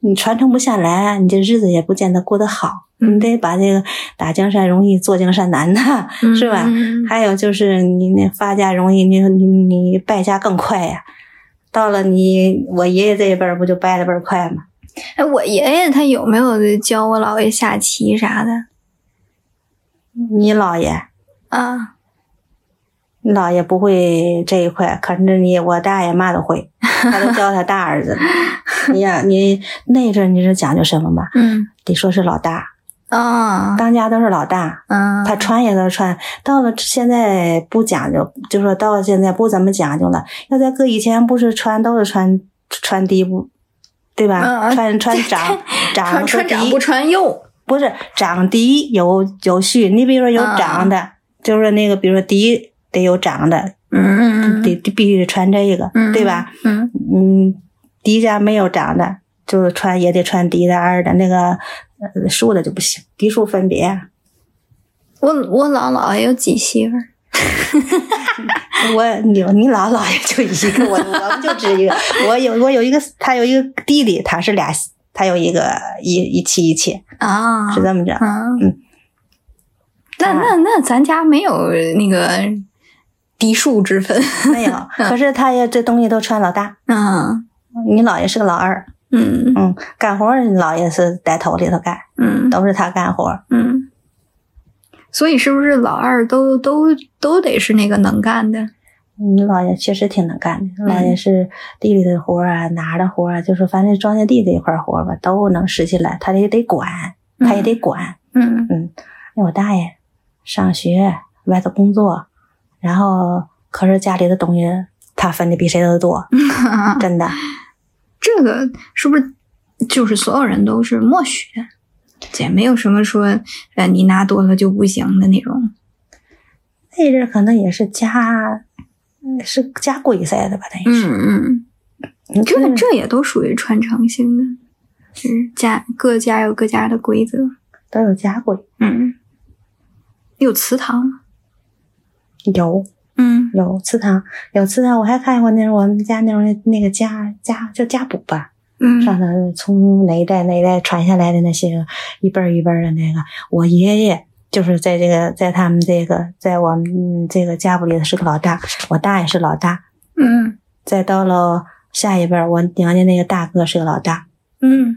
[SPEAKER 2] 你传承不下来，你这日子也不见得过得好。
[SPEAKER 1] 嗯
[SPEAKER 2] 你得把这个打江山容易坐江山难呐，
[SPEAKER 1] 嗯
[SPEAKER 2] 是吧？
[SPEAKER 1] 嗯嗯
[SPEAKER 2] 还有就是你那发家容易，你你你败家更快呀、到了你我爷爷这一辈儿，不就败的倍儿快吗？
[SPEAKER 1] 哎，我爷爷他有没有教我姥爷下棋啥的
[SPEAKER 2] 你姥爷，
[SPEAKER 1] 啊？
[SPEAKER 2] 你姥爷不会这一块，可是你我大爷嘛都 会，他都教他大儿子了。你呀、你那阵儿你是讲究什么嘛？
[SPEAKER 1] 嗯
[SPEAKER 2] 得说是老大，
[SPEAKER 1] 啊
[SPEAKER 2] 当家都是老大，
[SPEAKER 1] 嗯，
[SPEAKER 2] 他穿也都穿。到了现在不讲究，就说到现在不怎么讲究了。要在搁以前，不是穿都是穿穿低不，对吧？
[SPEAKER 1] 嗯
[SPEAKER 2] 穿穿长
[SPEAKER 1] 穿
[SPEAKER 2] 长和
[SPEAKER 1] 穿
[SPEAKER 2] 低，
[SPEAKER 1] 长不穿右，
[SPEAKER 2] 不
[SPEAKER 1] 嗯
[SPEAKER 2] 是长嫡有有序，你比如说有长的，就是那个比如说嫡得有长的，
[SPEAKER 1] 嗯嗯
[SPEAKER 2] 得必须得穿这个，
[SPEAKER 1] 嗯，
[SPEAKER 2] 对吧？？
[SPEAKER 1] 嗯
[SPEAKER 2] 嗯，迪家没有长的，就是穿也得穿迪的二的那个呃竖的就不行，迪竖分别。
[SPEAKER 1] 我我姥姥有几媳妇儿，
[SPEAKER 2] 我你你姥姥也就一个，我我们就只一个。我有我有一个，他有一个弟弟，他是俩，他有一个一一妻一妾，
[SPEAKER 1] 啊
[SPEAKER 2] 是这么着。
[SPEAKER 1] 啊，
[SPEAKER 2] 嗯
[SPEAKER 1] 那那那咱家没有那个嫡庶之分，
[SPEAKER 2] 没有，可是他也这东西都穿老大。
[SPEAKER 1] 啊，
[SPEAKER 2] 你姥爷是个老二，
[SPEAKER 1] 嗯
[SPEAKER 2] 嗯，干活儿你姥爷是在头里头干，
[SPEAKER 1] 嗯
[SPEAKER 2] 都是他干活儿。
[SPEAKER 1] 嗯，所以是不是老二都都都得是那个能干的？
[SPEAKER 2] 你姥爷确实挺能干的，
[SPEAKER 1] 嗯
[SPEAKER 2] 姥爷是地里的活儿啊，哪儿的活儿啊，就是反正庄稼地这一块儿活儿吧，都能拾起来，他也得管，他也得管。
[SPEAKER 1] 嗯
[SPEAKER 2] 因为我大爷上学，外头工作，然后可是家里的东西他分的比谁都 多，
[SPEAKER 1] 嗯，
[SPEAKER 2] 真的。
[SPEAKER 1] 这个是不是就是所有人都是默许的？这也没有什么说呃你拿多了就不行的那种。
[SPEAKER 2] 那阵儿可能也是家，嗯是家规赛的吧，等于是。
[SPEAKER 1] 嗯，
[SPEAKER 2] 嗯
[SPEAKER 1] 这这也都属于传承性的，就是家各家有各家的规则。
[SPEAKER 2] 都有家规，
[SPEAKER 1] 嗯，有祠堂吗？
[SPEAKER 2] 有
[SPEAKER 1] 嗯
[SPEAKER 2] 有祠堂，有祠堂。我还看过那时候我们家那时候那那个家家叫家谱吧，
[SPEAKER 1] 嗯
[SPEAKER 2] 上头从哪一代哪一代传下来的那些个一辈儿一辈儿的那个。我爷爷就是在这个在他们这个在我们这个家谱里头是个老大，我大爷是老大，
[SPEAKER 1] 嗯
[SPEAKER 2] 再到了下一辈儿，我娘家那个大哥是个老大，
[SPEAKER 1] 嗯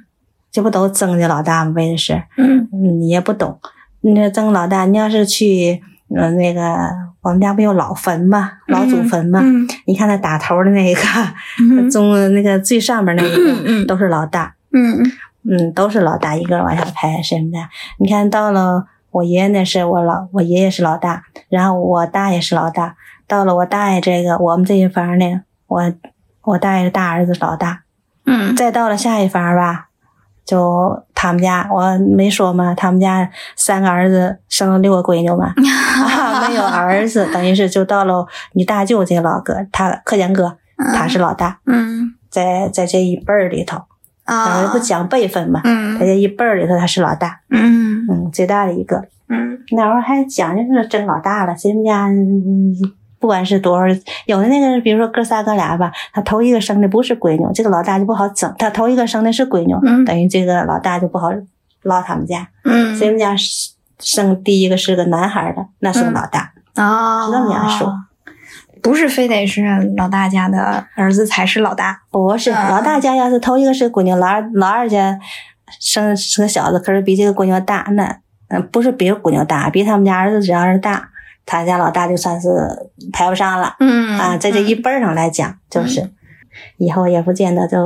[SPEAKER 2] 这不都争着老大吗？为的是，
[SPEAKER 1] 嗯
[SPEAKER 2] 嗯，你也不懂，你这争老大，你要是去，呃，那个我们家不有老坟吗？老祖坟吗？
[SPEAKER 1] 嗯
[SPEAKER 2] 你看那打头的那个，
[SPEAKER 1] 嗯
[SPEAKER 2] 中那个最上面那一 个、
[SPEAKER 1] 嗯嗯
[SPEAKER 2] 都是老大，
[SPEAKER 1] 嗯
[SPEAKER 2] 嗯，都是老大，一个往下排谁么的。你看到了我爷爷那是我老我爷爷是老大，然后我大爷是老大，到了我大爷这个我们这一房呢，我我大爷的大儿子是老大，
[SPEAKER 1] 嗯
[SPEAKER 2] 再到了下一番儿吧，就他们家，我没说嘛，他们家三个儿子生了六个闺女嘛，啊、没有儿子，等于是就到了你大舅这个老哥，他克强哥，他是老大，
[SPEAKER 1] 嗯
[SPEAKER 2] 在在这一辈儿里头，
[SPEAKER 1] 啊
[SPEAKER 2] 咱不讲哎辈分嘛，在
[SPEAKER 1] 嗯
[SPEAKER 2] 这一辈儿里头他是老大，
[SPEAKER 1] 嗯
[SPEAKER 2] 嗯，最大的一个。
[SPEAKER 1] 嗯
[SPEAKER 2] 那会儿还讲究是真老大了，谁们家嗯不管是多少，有的那个比如说哥仨哥俩吧，他头一个生的不是闺女，这个老大就不好整，他头一个生的是闺女，
[SPEAKER 1] 嗯
[SPEAKER 2] 等于这个老大就不好捞他们家，
[SPEAKER 1] 嗯
[SPEAKER 2] 谁们家是生第一个是个男孩的，那是个老大，
[SPEAKER 1] 啊，
[SPEAKER 2] 是这么样说。
[SPEAKER 1] 不是非得是老大家的儿子才是老大。
[SPEAKER 2] 不是
[SPEAKER 1] 啊
[SPEAKER 2] 老大家要是头一个是闺女，老二老二家生是个小子，可是比这个闺女大，那嗯不是比闺女大，比他们家儿子只要是大，他家老大就算是排不上了。
[SPEAKER 1] 嗯
[SPEAKER 2] 啊，在这一辈儿上来讲，就是以后也不见得就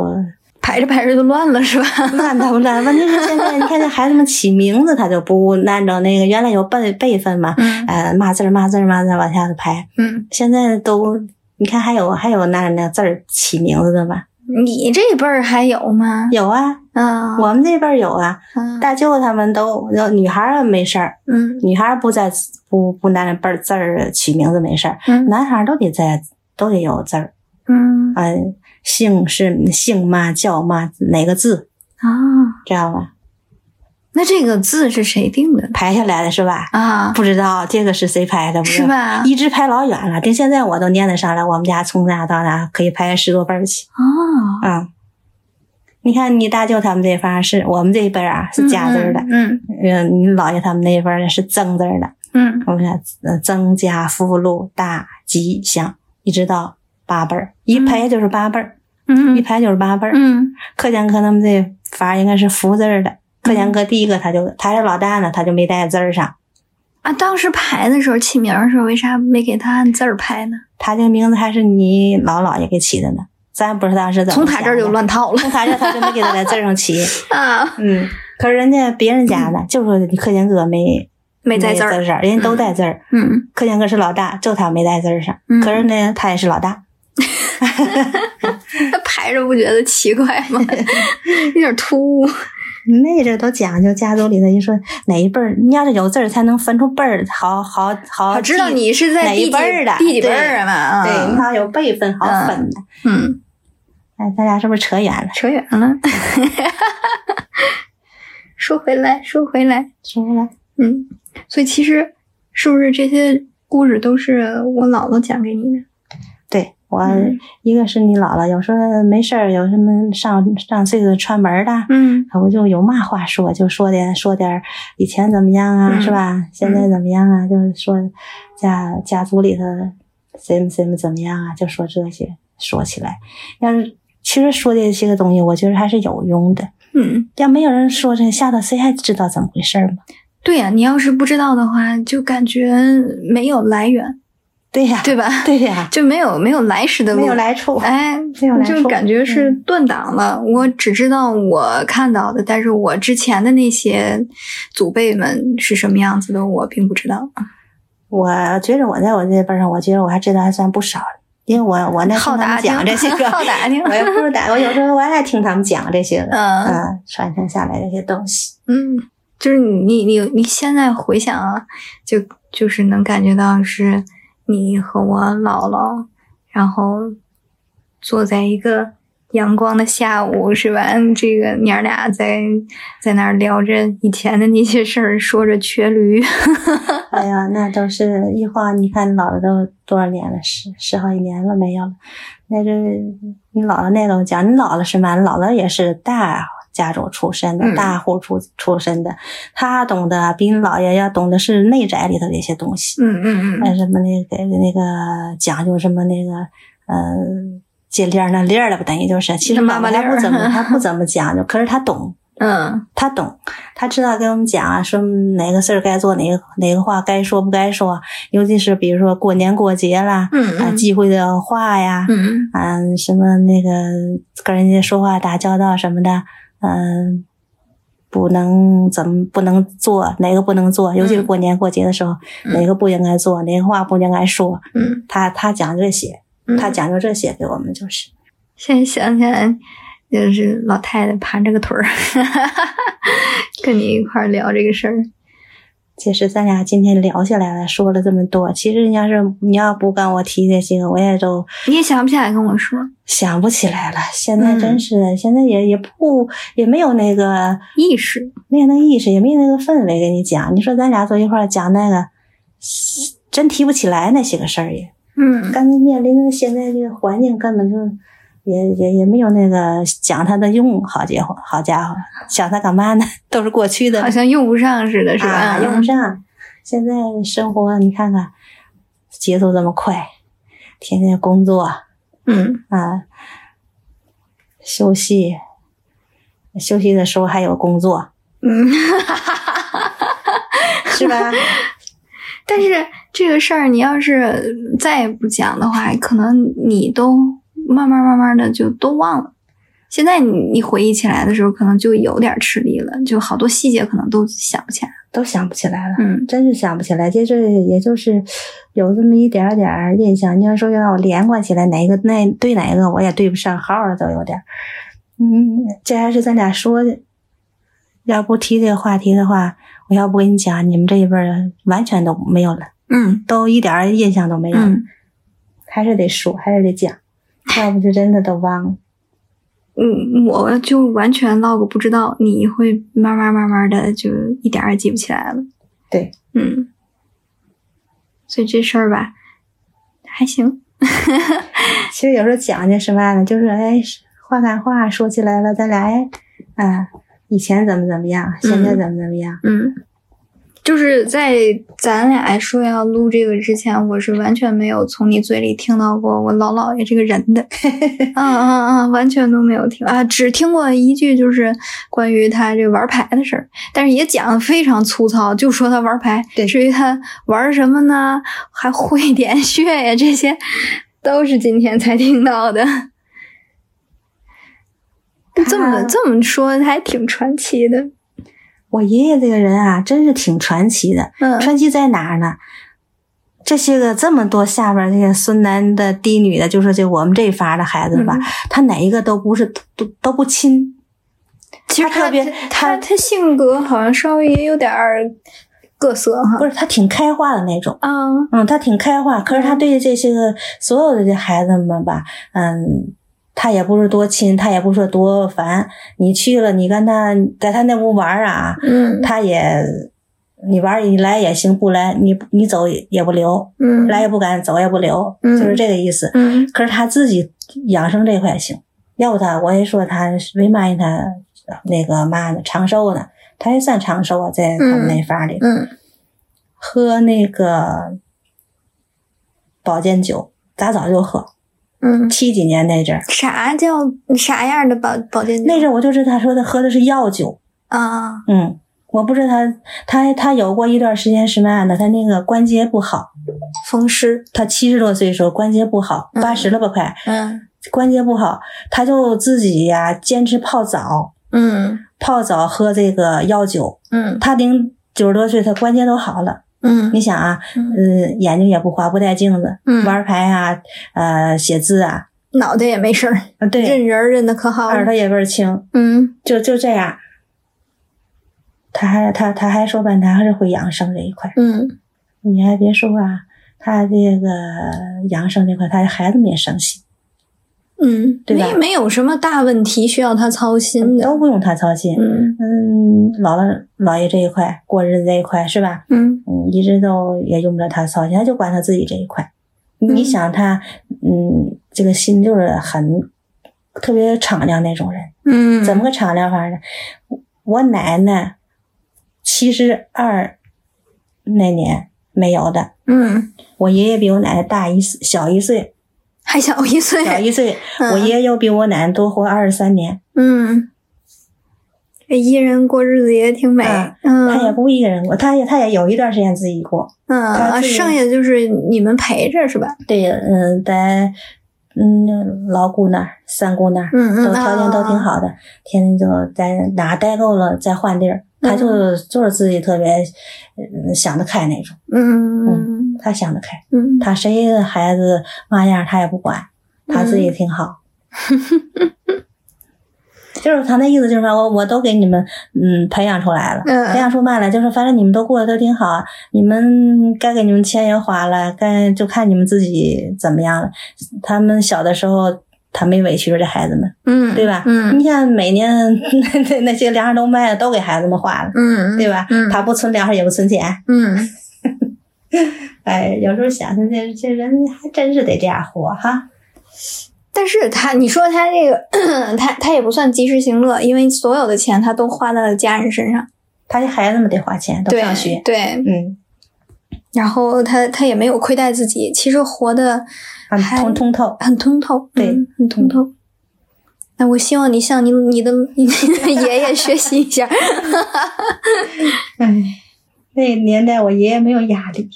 [SPEAKER 1] 排着排着就乱了，是吧？
[SPEAKER 2] 乱他不乱。问题是现在你看这孩子们起名字，他就不按照那个原来有辈辈分嘛，
[SPEAKER 1] 嗯
[SPEAKER 2] 呃，嘛字儿嘛字儿嘛字儿往下头排，
[SPEAKER 1] 嗯，
[SPEAKER 2] 现在都你看还有还有那那字儿起名字的吗？
[SPEAKER 1] 嗯你这辈儿还有吗？
[SPEAKER 2] 有啊，
[SPEAKER 1] 啊，
[SPEAKER 2] 我们这辈儿有啊，
[SPEAKER 1] 嗯
[SPEAKER 2] 大舅他们都女孩儿没事儿，
[SPEAKER 1] 嗯
[SPEAKER 2] 女孩儿不在不不那辈儿字儿起名字没事儿，
[SPEAKER 1] 嗯
[SPEAKER 2] 男孩儿都得在都得有字儿。
[SPEAKER 1] 嗯
[SPEAKER 2] 嗯，姓是姓嘛叫嘛哪个字，
[SPEAKER 1] 啊，
[SPEAKER 2] 知道吧？
[SPEAKER 1] 那这个字是谁定的
[SPEAKER 2] 排下来的是吧？
[SPEAKER 1] 啊？
[SPEAKER 2] 不知道这个是谁排的，不知
[SPEAKER 1] 是
[SPEAKER 2] 道？
[SPEAKER 1] 吧？
[SPEAKER 2] 一直排老远了，到现在我都念得上来。我们家从哪到哪可以排十多辈儿去
[SPEAKER 1] 啊，
[SPEAKER 2] 啊、嗯你看你大舅他们这方是我们这一辈儿啊是加字儿的，
[SPEAKER 1] 嗯
[SPEAKER 2] 嗯，你姥爷他们那一辈儿是增字儿的。
[SPEAKER 1] 嗯
[SPEAKER 2] 我们俩呃增加福禄大吉祥，一直到八辈儿，一排就是八辈儿，一
[SPEAKER 1] 嗯
[SPEAKER 2] 排就是八辈儿。
[SPEAKER 1] 嗯
[SPEAKER 2] 克强哥他们这法儿应该是福字儿的。克
[SPEAKER 1] 嗯
[SPEAKER 2] 强哥第一个他就他是老大呢，他就没带字儿上，
[SPEAKER 1] 啊，当时排的时候起名儿的时候，为啥没给他按字儿排呢？
[SPEAKER 2] 他这名字还是你姥姥爷给起的呢，咱不知道是怎么
[SPEAKER 1] 从他这儿就
[SPEAKER 2] 想的，
[SPEAKER 1] 乱套 了
[SPEAKER 2] 从他这儿他就没给他在字儿 上起，
[SPEAKER 1] 啊，
[SPEAKER 2] 嗯，可是人家别人家的，就是克强哥没
[SPEAKER 1] 没在字
[SPEAKER 2] 字
[SPEAKER 1] 儿。
[SPEAKER 2] 上，人家都带字儿，
[SPEAKER 1] 嗯
[SPEAKER 2] 克强哥是老大，就他没带字儿上
[SPEAKER 1] 嗯，
[SPEAKER 2] 可是呢他也是老大，
[SPEAKER 1] 他排着不觉得奇怪吗？有点突兀。
[SPEAKER 2] 那这都讲究家族里头，一说哪一辈儿，你要是有字儿才能分出辈儿，好好好
[SPEAKER 1] 我
[SPEAKER 2] 记，
[SPEAKER 1] 知道你是在
[SPEAKER 2] 哪
[SPEAKER 1] 第
[SPEAKER 2] 一
[SPEAKER 1] 几
[SPEAKER 2] 辈儿的
[SPEAKER 1] 第几辈
[SPEAKER 2] 对
[SPEAKER 1] 儿嘛？
[SPEAKER 2] 对，你
[SPEAKER 1] 啊，
[SPEAKER 2] 好有辈分，好分的。
[SPEAKER 1] 嗯，
[SPEAKER 2] 哎，咱俩是不是扯远了？
[SPEAKER 1] 扯远了。 说回来，说回来，
[SPEAKER 2] 说了，
[SPEAKER 1] 嗯，所以其实是不是这些故事都是我姥姥讲给你的？
[SPEAKER 2] 对我、
[SPEAKER 1] 嗯
[SPEAKER 2] 一个是你姥姥，有时候没事儿，有什么上上岁数串门儿的，
[SPEAKER 1] 嗯
[SPEAKER 2] 我就有嘛话说，就说点说点儿以前怎么样啊，
[SPEAKER 1] 嗯
[SPEAKER 2] 是吧？现在怎么样啊？就是说家家族里头谁么谁么怎么样啊，就说这些说起来。要是其实说这些个东西，我觉得还是有用的。
[SPEAKER 1] 嗯，
[SPEAKER 2] 要没有人说这，吓得谁还知道怎么回事儿嘛？
[SPEAKER 1] 对呀、你要是不知道的话，就感觉没有来源，
[SPEAKER 2] 对呀、
[SPEAKER 1] 对吧？
[SPEAKER 2] 对呀、
[SPEAKER 1] 就没有没有来时的路，
[SPEAKER 2] 没有来处。
[SPEAKER 1] 哎，
[SPEAKER 2] 没有来
[SPEAKER 1] 就
[SPEAKER 2] 处
[SPEAKER 1] 感觉是
[SPEAKER 2] 嗯
[SPEAKER 1] 断档了。我只知道我看到的，但是我之前的那些祖辈们是什么样子的，我并不知道。
[SPEAKER 2] 我觉得我在我这辈儿上，我觉得我还知道还算不少，因为我我那听
[SPEAKER 1] 好
[SPEAKER 2] 他
[SPEAKER 1] 打
[SPEAKER 2] 们
[SPEAKER 1] 听
[SPEAKER 2] 讲这些个，
[SPEAKER 1] 好打听。
[SPEAKER 2] 我也不知道，我有时候我爱听他们讲这些个，
[SPEAKER 1] 嗯
[SPEAKER 2] 嗯，传承下来这些东西。
[SPEAKER 1] 嗯，就是你你你现在回想啊，就就是能感觉到是你和我姥姥，然后坐在一个阳光的下午，是吧？这个娘儿俩在在那儿聊着以前的那些事儿，说着瘸驴。
[SPEAKER 2] 哎呀，那都是一晃，你看老了都多少年了，十十好几年了没有了。那这你姥姥那个我讲，你姥姥是嘛？姥姥也是大家族出身的，
[SPEAKER 1] 嗯
[SPEAKER 2] 大户出出身的，她懂得啊比你姥爷要懂的是内宅里头的一些东西，
[SPEAKER 1] 嗯嗯
[SPEAKER 2] 那
[SPEAKER 1] 嗯，
[SPEAKER 2] 什么那个那个讲究什么那个呃这链儿那链儿的，不等于就是，其
[SPEAKER 1] 那
[SPEAKER 2] 实姥
[SPEAKER 1] 妈妈
[SPEAKER 2] 姥
[SPEAKER 1] 链
[SPEAKER 2] 她
[SPEAKER 1] 嗯儿
[SPEAKER 2] 不怎么她不怎么讲究，可是她懂。
[SPEAKER 1] 嗯
[SPEAKER 2] 他懂，他知道跟我们讲啊，说哪个事儿该做，哪个哪个话该说不该说，啊尤其是比如说过年过节啦，
[SPEAKER 1] 嗯
[SPEAKER 2] 啊，
[SPEAKER 1] 嗯
[SPEAKER 2] 忌讳的话呀，
[SPEAKER 1] 嗯
[SPEAKER 2] 嗯、什么那个跟人家说话打交道什么的，嗯、不能怎么不能做，哪个不能做，尤其是
[SPEAKER 1] 嗯
[SPEAKER 2] 过年过节的时候，
[SPEAKER 1] 嗯
[SPEAKER 2] 哪个不应该做，哪个话不应该说，
[SPEAKER 1] 嗯
[SPEAKER 2] 他他讲这些，
[SPEAKER 1] 嗯，
[SPEAKER 2] 他讲究这些给我们就是，
[SPEAKER 1] 现在想起来，就是老太太盘着个腿儿， 跟你一块儿聊这个事儿。
[SPEAKER 2] 其实咱俩今天聊下来了，说了这么多，其实你要是你要不跟我提这些个，我也都
[SPEAKER 1] 你也想不起来跟我说，
[SPEAKER 2] 想不起来了。现在
[SPEAKER 1] 嗯
[SPEAKER 2] 真是，现在也也不也没有那个
[SPEAKER 1] 意识，
[SPEAKER 2] 没有那个意识，也没有那个氛围跟你讲。你说咱俩坐一块儿讲那个，真提不起来那些个事儿也。
[SPEAKER 1] 嗯
[SPEAKER 2] 刚才面临的现在这个环境，根本就也也也没有那个讲它的用。好家伙，好家伙，想它干嘛呢？ 都是过去的
[SPEAKER 1] 好像用不上似的，是吧？嗯
[SPEAKER 2] 啊，用不上。现在生活你看看，节奏这么快，天天工作啊，
[SPEAKER 1] 嗯
[SPEAKER 2] 休息，休息的时候还有工作，
[SPEAKER 1] 嗯。
[SPEAKER 2] 是吧？
[SPEAKER 1] 但是这个事儿，你要是再也不讲的话，可能你都慢慢慢慢的就都忘了。现在你你回忆起来的时候，可能就有点吃力了，就好多细节可能都想不起来。
[SPEAKER 2] 都想不起来了，
[SPEAKER 1] 嗯
[SPEAKER 2] 真是想不起来。这这也就是有这么一点儿点儿印象。你要说要让我连贯起来，哪一个那对哪一个我也对不上号了，都有点儿。嗯，这还是咱俩说的。要不提这个话题的话，我要不跟你讲，你们这一辈儿完全都没有了。
[SPEAKER 1] 嗯
[SPEAKER 2] 都一点儿印象都没有，
[SPEAKER 1] 嗯
[SPEAKER 2] 还是得说，还是得讲，要不就真的都忘了。
[SPEAKER 1] 嗯，我就完全落个不知道，你会慢慢慢慢的就一点儿也记不起来了。
[SPEAKER 2] 对，
[SPEAKER 1] 嗯，所以这事儿吧，还行。
[SPEAKER 2] 其实有时候讲究什么呢？就是哎，话赶话说起来了，咱俩哎，啊，以前怎么怎么样，现在怎么怎么样，
[SPEAKER 1] 嗯，就是在咱俩说要录这个之前，我是完全没有从你嘴里听到过我老姥爷这个人 的，嗯嗯嗯，完全都没有听啊，只听过一句就是关于他这个玩牌的事儿，但是也讲的非常粗糙，就说他玩牌，
[SPEAKER 2] 对
[SPEAKER 1] 至于他玩什么呢，还会点穴呀，这些都是今天才听到的。这么
[SPEAKER 2] 他
[SPEAKER 1] 这么说还挺传奇的，
[SPEAKER 2] 我爷爷这个人啊，真是挺传奇的。
[SPEAKER 1] 嗯，
[SPEAKER 2] 传奇在哪儿呢？这些个这么多下边这些孙男的、嫡女的，就是这我们这一伐的孩子吧，
[SPEAKER 1] 嗯
[SPEAKER 2] 他哪一个都不是都都不亲，
[SPEAKER 1] 其实
[SPEAKER 2] 他特别
[SPEAKER 1] 他
[SPEAKER 2] 他
[SPEAKER 1] 他性格好像稍微也有点儿各色哈
[SPEAKER 2] 不。是他挺开化的那种，
[SPEAKER 1] 啊，
[SPEAKER 2] 嗯，他挺开化，可是
[SPEAKER 1] 嗯
[SPEAKER 2] 他对这些个所有的这孩子们吧，嗯，他也不是多亲，他也不是多烦，你去了，你跟他在他那屋玩儿啊，
[SPEAKER 1] 嗯
[SPEAKER 2] 他也你玩儿你来也行，不来你你走也不留，
[SPEAKER 1] 嗯，
[SPEAKER 2] 来也不敢，走也不留，
[SPEAKER 1] 嗯
[SPEAKER 2] 就是这个意思。
[SPEAKER 1] 嗯
[SPEAKER 2] 可是他自己养生这块行，要不他我也说他是为嘛让他那个嘛呢长寿呢？他也算长寿啊，在他们那法儿里、
[SPEAKER 1] 嗯
[SPEAKER 2] 喝那个保健酒，打早就喝。
[SPEAKER 1] 嗯，
[SPEAKER 2] 七几年那阵儿，
[SPEAKER 1] 啥叫啥样的保保健
[SPEAKER 2] 那阵儿我就知道他说他喝的是药酒，
[SPEAKER 1] 啊
[SPEAKER 2] 嗯。我不知道他，他他有过一段时间是嘛呢？他那个关节不好，
[SPEAKER 1] 风湿，
[SPEAKER 2] 他七十多岁的时候关节不好，
[SPEAKER 1] 嗯
[SPEAKER 2] 八十了吧快，
[SPEAKER 1] 嗯
[SPEAKER 2] 关节不好，他就自己呀、坚持泡澡，
[SPEAKER 1] 嗯
[SPEAKER 2] 泡澡喝这个药酒，
[SPEAKER 1] 嗯
[SPEAKER 2] 他顶九十多岁，他关节都好了。
[SPEAKER 1] 嗯
[SPEAKER 2] 你想啊，
[SPEAKER 1] 嗯，
[SPEAKER 2] 嗯、眼睛也不花，不戴镜子，
[SPEAKER 1] 嗯
[SPEAKER 2] 玩牌啊，呃，写字啊，
[SPEAKER 1] 脑袋也没事儿，
[SPEAKER 2] 啊对，
[SPEAKER 1] 认人儿认的可好
[SPEAKER 2] 耳
[SPEAKER 1] 了。
[SPEAKER 2] 朵也倍儿轻，
[SPEAKER 1] 嗯
[SPEAKER 2] 就就这样。他还他他还说半天还是会养生这一块，
[SPEAKER 1] 嗯
[SPEAKER 2] 你还别说啊，他这个养生这块，他孩子们也省心，
[SPEAKER 1] 嗯，
[SPEAKER 2] 对吧
[SPEAKER 1] 没没有什么大问题需要他操心的
[SPEAKER 2] 都。不用他操心。
[SPEAKER 1] 嗯
[SPEAKER 2] 嗯，姥姥姥爷这一块过日子这一块是吧？
[SPEAKER 1] 嗯
[SPEAKER 2] 嗯，一直都也用不着他操心，他就管他自己这一块。
[SPEAKER 1] 嗯
[SPEAKER 2] 你想他，嗯，这个心就是很特别敞亮那种人，
[SPEAKER 1] 嗯，
[SPEAKER 2] 怎么个敞亮法呢？我我奶奶七十二那年没有的，
[SPEAKER 1] 嗯
[SPEAKER 2] 我爷爷比我奶奶大一岁，小一岁，
[SPEAKER 1] 还小一岁？
[SPEAKER 2] 小一岁，
[SPEAKER 1] 嗯
[SPEAKER 2] 我爷爷又比我奶奶多活二十三年，
[SPEAKER 1] 嗯，这一人过日子也挺美。
[SPEAKER 2] 啊
[SPEAKER 1] 嗯，
[SPEAKER 2] 他也不一个人过，他也他也有一段时间自己过，
[SPEAKER 1] 嗯啊，
[SPEAKER 2] 自己
[SPEAKER 1] 剩下就是你们陪着是吧？
[SPEAKER 2] 对，嗯，在嗯老姑那儿、三姑那儿，
[SPEAKER 1] 嗯嗯，
[SPEAKER 2] 都条件都挺
[SPEAKER 1] 啊。
[SPEAKER 2] 好的，天天就在哪待够了再换地儿。
[SPEAKER 1] 嗯
[SPEAKER 2] 他就就是自己特别嗯想得开那种，
[SPEAKER 1] 嗯
[SPEAKER 2] 他想得开，
[SPEAKER 1] 嗯，
[SPEAKER 2] 他谁的孩子嘛样他也不管，他自
[SPEAKER 1] 嗯
[SPEAKER 2] 己挺好。 就是他那意思，就是说我我都给你们嗯培养出来了，
[SPEAKER 1] 嗯
[SPEAKER 2] 培养出嘛来，就是反正你们都过得都挺好，啊你们该给你们钱也花了，该就看你们自己怎么样了。他们小的时候他没委屈着这孩子们，
[SPEAKER 1] 嗯，
[SPEAKER 2] 对吧？
[SPEAKER 1] 嗯
[SPEAKER 2] 你看每年 那那那些粮食都卖了，都给孩子们花了，
[SPEAKER 1] 嗯，
[SPEAKER 2] 对吧？
[SPEAKER 1] 嗯
[SPEAKER 2] 他不存粮食也不存钱，
[SPEAKER 1] 嗯
[SPEAKER 2] 哎，有时候想想这这人还真是得这样活哈。
[SPEAKER 1] 但是他，你说他这个，他他也不算及时行乐，因为所有的钱他都花在了家人身上，
[SPEAKER 2] 他这孩子们得花钱，都
[SPEAKER 1] 对
[SPEAKER 2] 上学，
[SPEAKER 1] 对，
[SPEAKER 2] 嗯，
[SPEAKER 1] 然后他他也没有亏待自己，其实活得
[SPEAKER 2] 很
[SPEAKER 1] 还
[SPEAKER 2] 通通透。
[SPEAKER 1] 很通透，
[SPEAKER 2] 对
[SPEAKER 1] 嗯很通透。那我希望你向你你的 你的爷爷学习一 下，嗯
[SPEAKER 2] 哎，那年代我爷爷没有压力，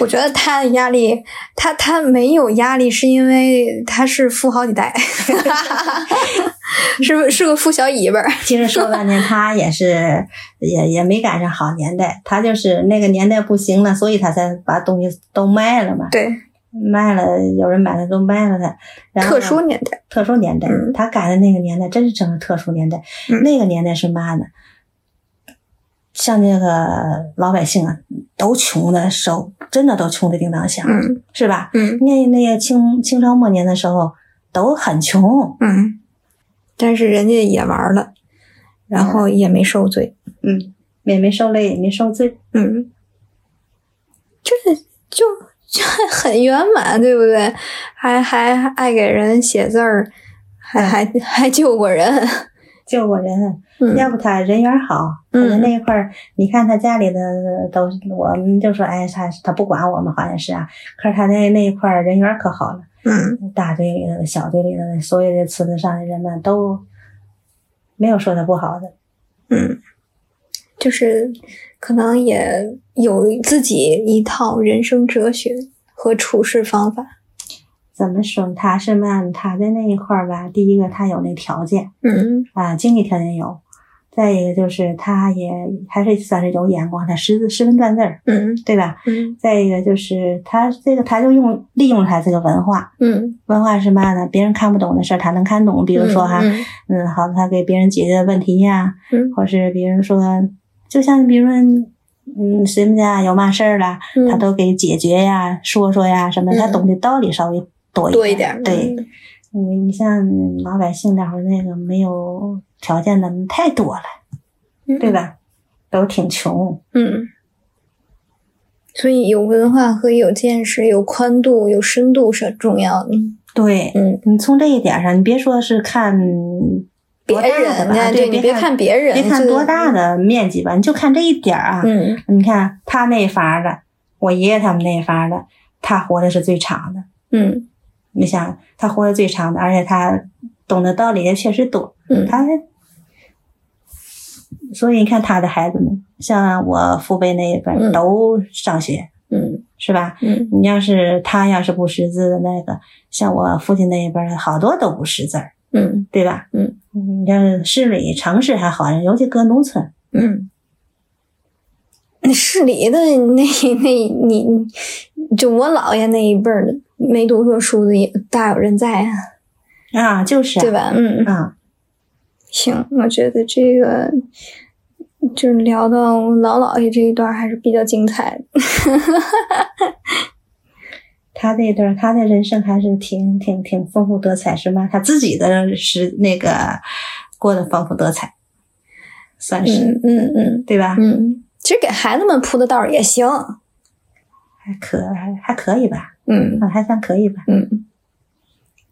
[SPEAKER 1] 我觉得他的压力，他他没有压力，是因为他是富好几 代，是不是个富小尾巴儿？
[SPEAKER 2] 其实说半天他也是 也也没赶上好年代，他就是那个年代不行了，所以他才把东西都卖了嘛，
[SPEAKER 1] 对，
[SPEAKER 2] 卖了有人买了都卖了他，然后
[SPEAKER 1] 特殊年代，
[SPEAKER 2] 特殊年代，
[SPEAKER 1] 嗯
[SPEAKER 2] 他赶的那个年代真是整个特殊年代。
[SPEAKER 1] 嗯
[SPEAKER 2] 那个年代是嘛呢？像这个老百姓啊，都穷的手真的都穷的叮当响，
[SPEAKER 1] 嗯
[SPEAKER 2] 是吧？
[SPEAKER 1] 嗯
[SPEAKER 2] 那那个清清朝末年的时候都很穷，
[SPEAKER 1] 嗯，但是人家也玩了，然后也没受罪，
[SPEAKER 2] 嗯，也没受累，也没受罪。
[SPEAKER 1] 嗯，就是就就很圆满，对不对？还还还爱给人写字儿，还还
[SPEAKER 2] 嗯
[SPEAKER 1] 还救过人，
[SPEAKER 2] 救过人，啊
[SPEAKER 1] 嗯
[SPEAKER 2] 要不他人缘好，他
[SPEAKER 1] 嗯
[SPEAKER 2] 在那一块儿，你看他家里的都，我们就说，哎，他他不管我们，好像是啊，可是他那那一块儿人缘可好了。
[SPEAKER 1] 嗯
[SPEAKER 2] 大队里的、小队里的，所有的村子上的人们都没有说他不好的。
[SPEAKER 1] 嗯， 就是可能也有自己一套人生哲学和处事方法，
[SPEAKER 2] 怎么说呢？他是嘛？他在那一块儿吧，第一个他有那条件
[SPEAKER 1] 嗯
[SPEAKER 2] 啊，经济条件有，再一个就是他也还是算是有眼光，他识识文断字儿，
[SPEAKER 1] 嗯
[SPEAKER 2] 对吧？
[SPEAKER 1] 嗯
[SPEAKER 2] 再一个就是他这个他就用利用他这个文化，
[SPEAKER 1] 嗯，
[SPEAKER 2] 文化是嘛呢？别人看不懂的事儿他能看懂，比
[SPEAKER 1] 比
[SPEAKER 2] 如说哈，
[SPEAKER 1] 嗯
[SPEAKER 2] 嗯，好，他给别人解决问题呀、
[SPEAKER 1] 嗯
[SPEAKER 2] 或是别人说，就像比如说，嗯，谁们家有嘛事儿了，
[SPEAKER 1] 嗯
[SPEAKER 2] 他都给解决呀、说说呀什么，他
[SPEAKER 1] 嗯
[SPEAKER 2] 懂的道理稍微多
[SPEAKER 1] 多一
[SPEAKER 2] 一
[SPEAKER 1] 点嗯儿，
[SPEAKER 2] 对，你你像老百姓那会儿那个没有条件的太多了，
[SPEAKER 1] 嗯
[SPEAKER 2] 对？吧？都挺穷，
[SPEAKER 1] 嗯。所以有文化和有见识、有宽度、有深度是很重要的。
[SPEAKER 2] 对。
[SPEAKER 1] 嗯，
[SPEAKER 2] 你从这一点上，你别说是看
[SPEAKER 1] 别
[SPEAKER 2] 多大的
[SPEAKER 1] 人
[SPEAKER 2] 吧
[SPEAKER 1] 呢？
[SPEAKER 2] 对，
[SPEAKER 1] 你别看别人，
[SPEAKER 2] 别看
[SPEAKER 1] 就
[SPEAKER 2] 多大。的面积吧，你就看这一点儿啊。
[SPEAKER 1] 嗯
[SPEAKER 2] 你看他那一伐的，我爷爷他们那一伐的，他活的是最长的。
[SPEAKER 1] 嗯
[SPEAKER 2] 你想，他活的最长的，而且他懂得道理也确实多。
[SPEAKER 1] 嗯
[SPEAKER 2] 他，所以你看他的孩子们，像我父辈那一辈
[SPEAKER 1] 嗯
[SPEAKER 2] 儿都上学，
[SPEAKER 1] 嗯
[SPEAKER 2] 是吧？
[SPEAKER 1] 嗯
[SPEAKER 2] 你要是他要是不识字的那个，像我父亲那一辈儿，好多都不识字儿，
[SPEAKER 1] 嗯
[SPEAKER 2] 对吧？
[SPEAKER 1] 嗯，
[SPEAKER 2] 你看市里、城市还好，尤其搁农村，
[SPEAKER 1] 嗯。那市里的那那你你就我姥爷那一辈儿的，没读过书的也大有人在啊，
[SPEAKER 2] 啊，就是啊
[SPEAKER 1] 对吧？嗯，
[SPEAKER 2] 啊，
[SPEAKER 1] 行，我觉得这个就是聊到我老姥爷这一段还是比较精彩的。
[SPEAKER 2] 他那段儿他的人生还是挺挺挺丰富多彩，是吗？他自己的是那个过得丰富多彩，算是、
[SPEAKER 1] 嗯嗯嗯
[SPEAKER 2] 对吧？
[SPEAKER 1] 嗯，其实给孩子们铺的道儿也行。
[SPEAKER 2] 还可还还可以吧，
[SPEAKER 1] 嗯
[SPEAKER 2] 啊，还算可以吧。
[SPEAKER 1] 嗯，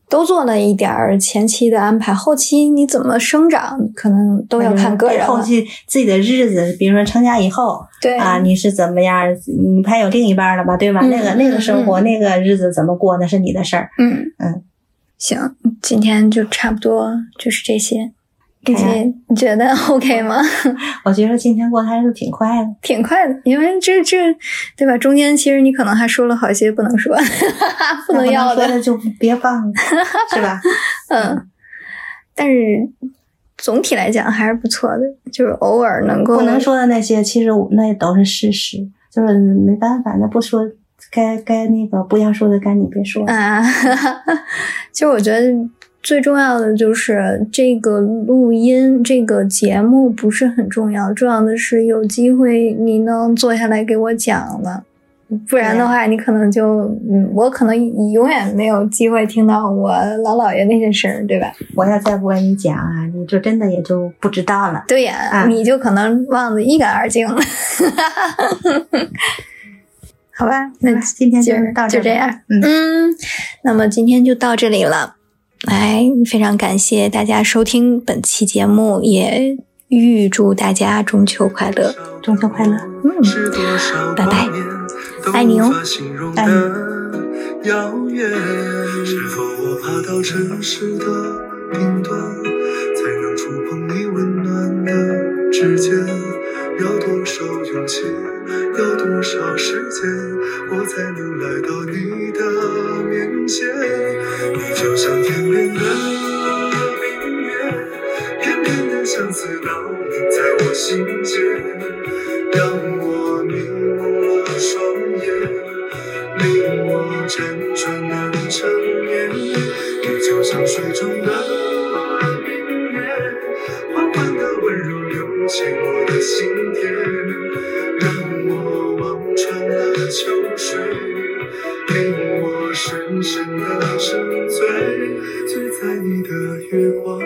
[SPEAKER 1] 都做了一点儿前期的安排，后期你怎么生长，可能都要看个人
[SPEAKER 2] 后
[SPEAKER 1] 了。
[SPEAKER 2] 期自己的日子，比如说成家以后
[SPEAKER 1] 对
[SPEAKER 2] 啊，你是怎么样？你还有另一半了吧？对吧？
[SPEAKER 1] 嗯
[SPEAKER 2] 那个那
[SPEAKER 1] 嗯
[SPEAKER 2] 个生活、
[SPEAKER 1] 嗯
[SPEAKER 2] 那个日子怎么过，那是你的事儿。
[SPEAKER 1] 嗯
[SPEAKER 2] 嗯，
[SPEAKER 1] 行，今天就差不多就是这些。这
[SPEAKER 2] 哎呀
[SPEAKER 1] 些你觉得 OK 吗？
[SPEAKER 2] 我觉得今天过得还是挺快的。
[SPEAKER 1] 挺快的，因为这这对吧？中间其实你可能还说了好些不能说、 不能要的
[SPEAKER 2] 那 不，能说的就别 忘了，是吧？
[SPEAKER 1] 嗯，但是总体来讲还是不错的，就是偶尔能够
[SPEAKER 2] 不能说的那些，其实我那都是事实，就是没办法，那不说该该那个不要说的，该你别说。
[SPEAKER 1] 啊， 其实我觉得最重要的就是这个录音这个节目不是很重要，重要的是有机会你能坐下来给我讲了。不然的话，你可能就，嗯，我可能永远没有机会听到我老姥爷那些事儿，对吧？
[SPEAKER 2] 我要再不跟你讲啊，你就真的也就不知道了。
[SPEAKER 1] 对呀、
[SPEAKER 2] 啊
[SPEAKER 1] 你就可能忘得一干二净了。好吧，那
[SPEAKER 2] 那今天就
[SPEAKER 1] 今儿
[SPEAKER 2] 到这
[SPEAKER 1] 就这
[SPEAKER 2] 儿吧
[SPEAKER 1] 样。
[SPEAKER 2] 嗯
[SPEAKER 1] 嗯，那么今天就到这里了。哎，非常感谢大家收听本期节目，也预祝大家中秋快乐。
[SPEAKER 2] 中秋快乐。
[SPEAKER 1] 嗯，
[SPEAKER 3] 是多少
[SPEAKER 1] 拜拜
[SPEAKER 3] 光年都
[SPEAKER 1] 爱你哦
[SPEAKER 3] 无法形容的
[SPEAKER 2] 爱你
[SPEAKER 3] 遥远。是否我爬到城市的顶端，才能触碰你温暖的指尖？要多少勇气，要多少时间，我才能来到你的面前？你就像天边的明月。偏偏的相思烙印在我心间，让我迷蒙了双眼，令我辗转难成眠。你就像水中的明月，缓缓的温柔流进我的心田，让我望穿了秋水，令我深深的沉醉，醉在你的月光。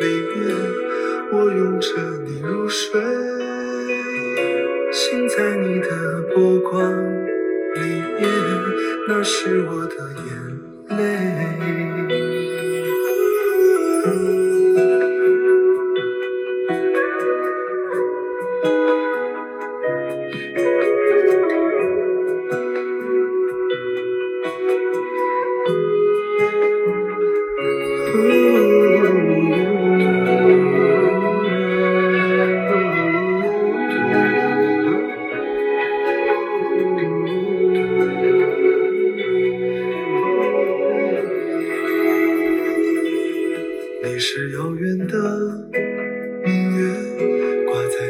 [SPEAKER 3] 里面，我拥着你入睡，醒在你的波光里面，那是我的眼泪。你是遥远的明月，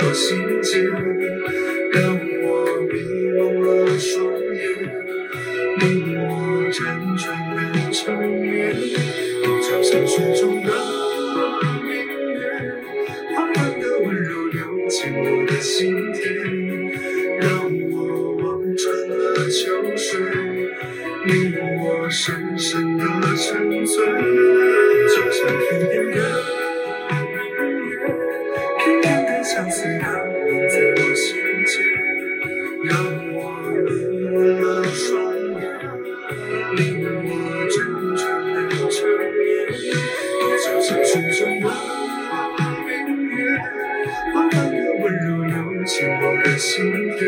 [SPEAKER 3] 我心间，让我迷蒙了双眼，令我辗转难成眠。你就像水中的明月，缓缓的温柔流进我的心田，让我望穿了秋水。令我深深的沉醉，就像天边的明月，偏偏的相思烙印在我心间，让我迷蒙了双眼，令我辗转难成眠。你就像水中的明月，缓缓的温柔流进我的心田。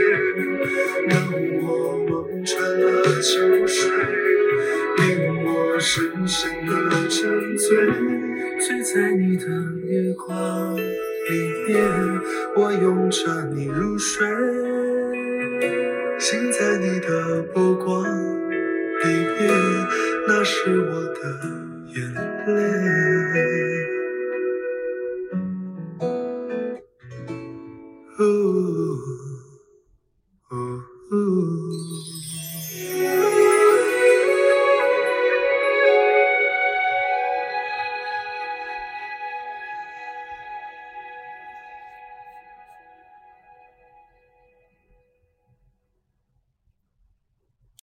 [SPEAKER 3] 让我望穿了秋水，令我深深的沉醉，醉在你的月光里面，我拥着你入睡，醒在你的波光里面，那是我的眼泪。哦。Ooh.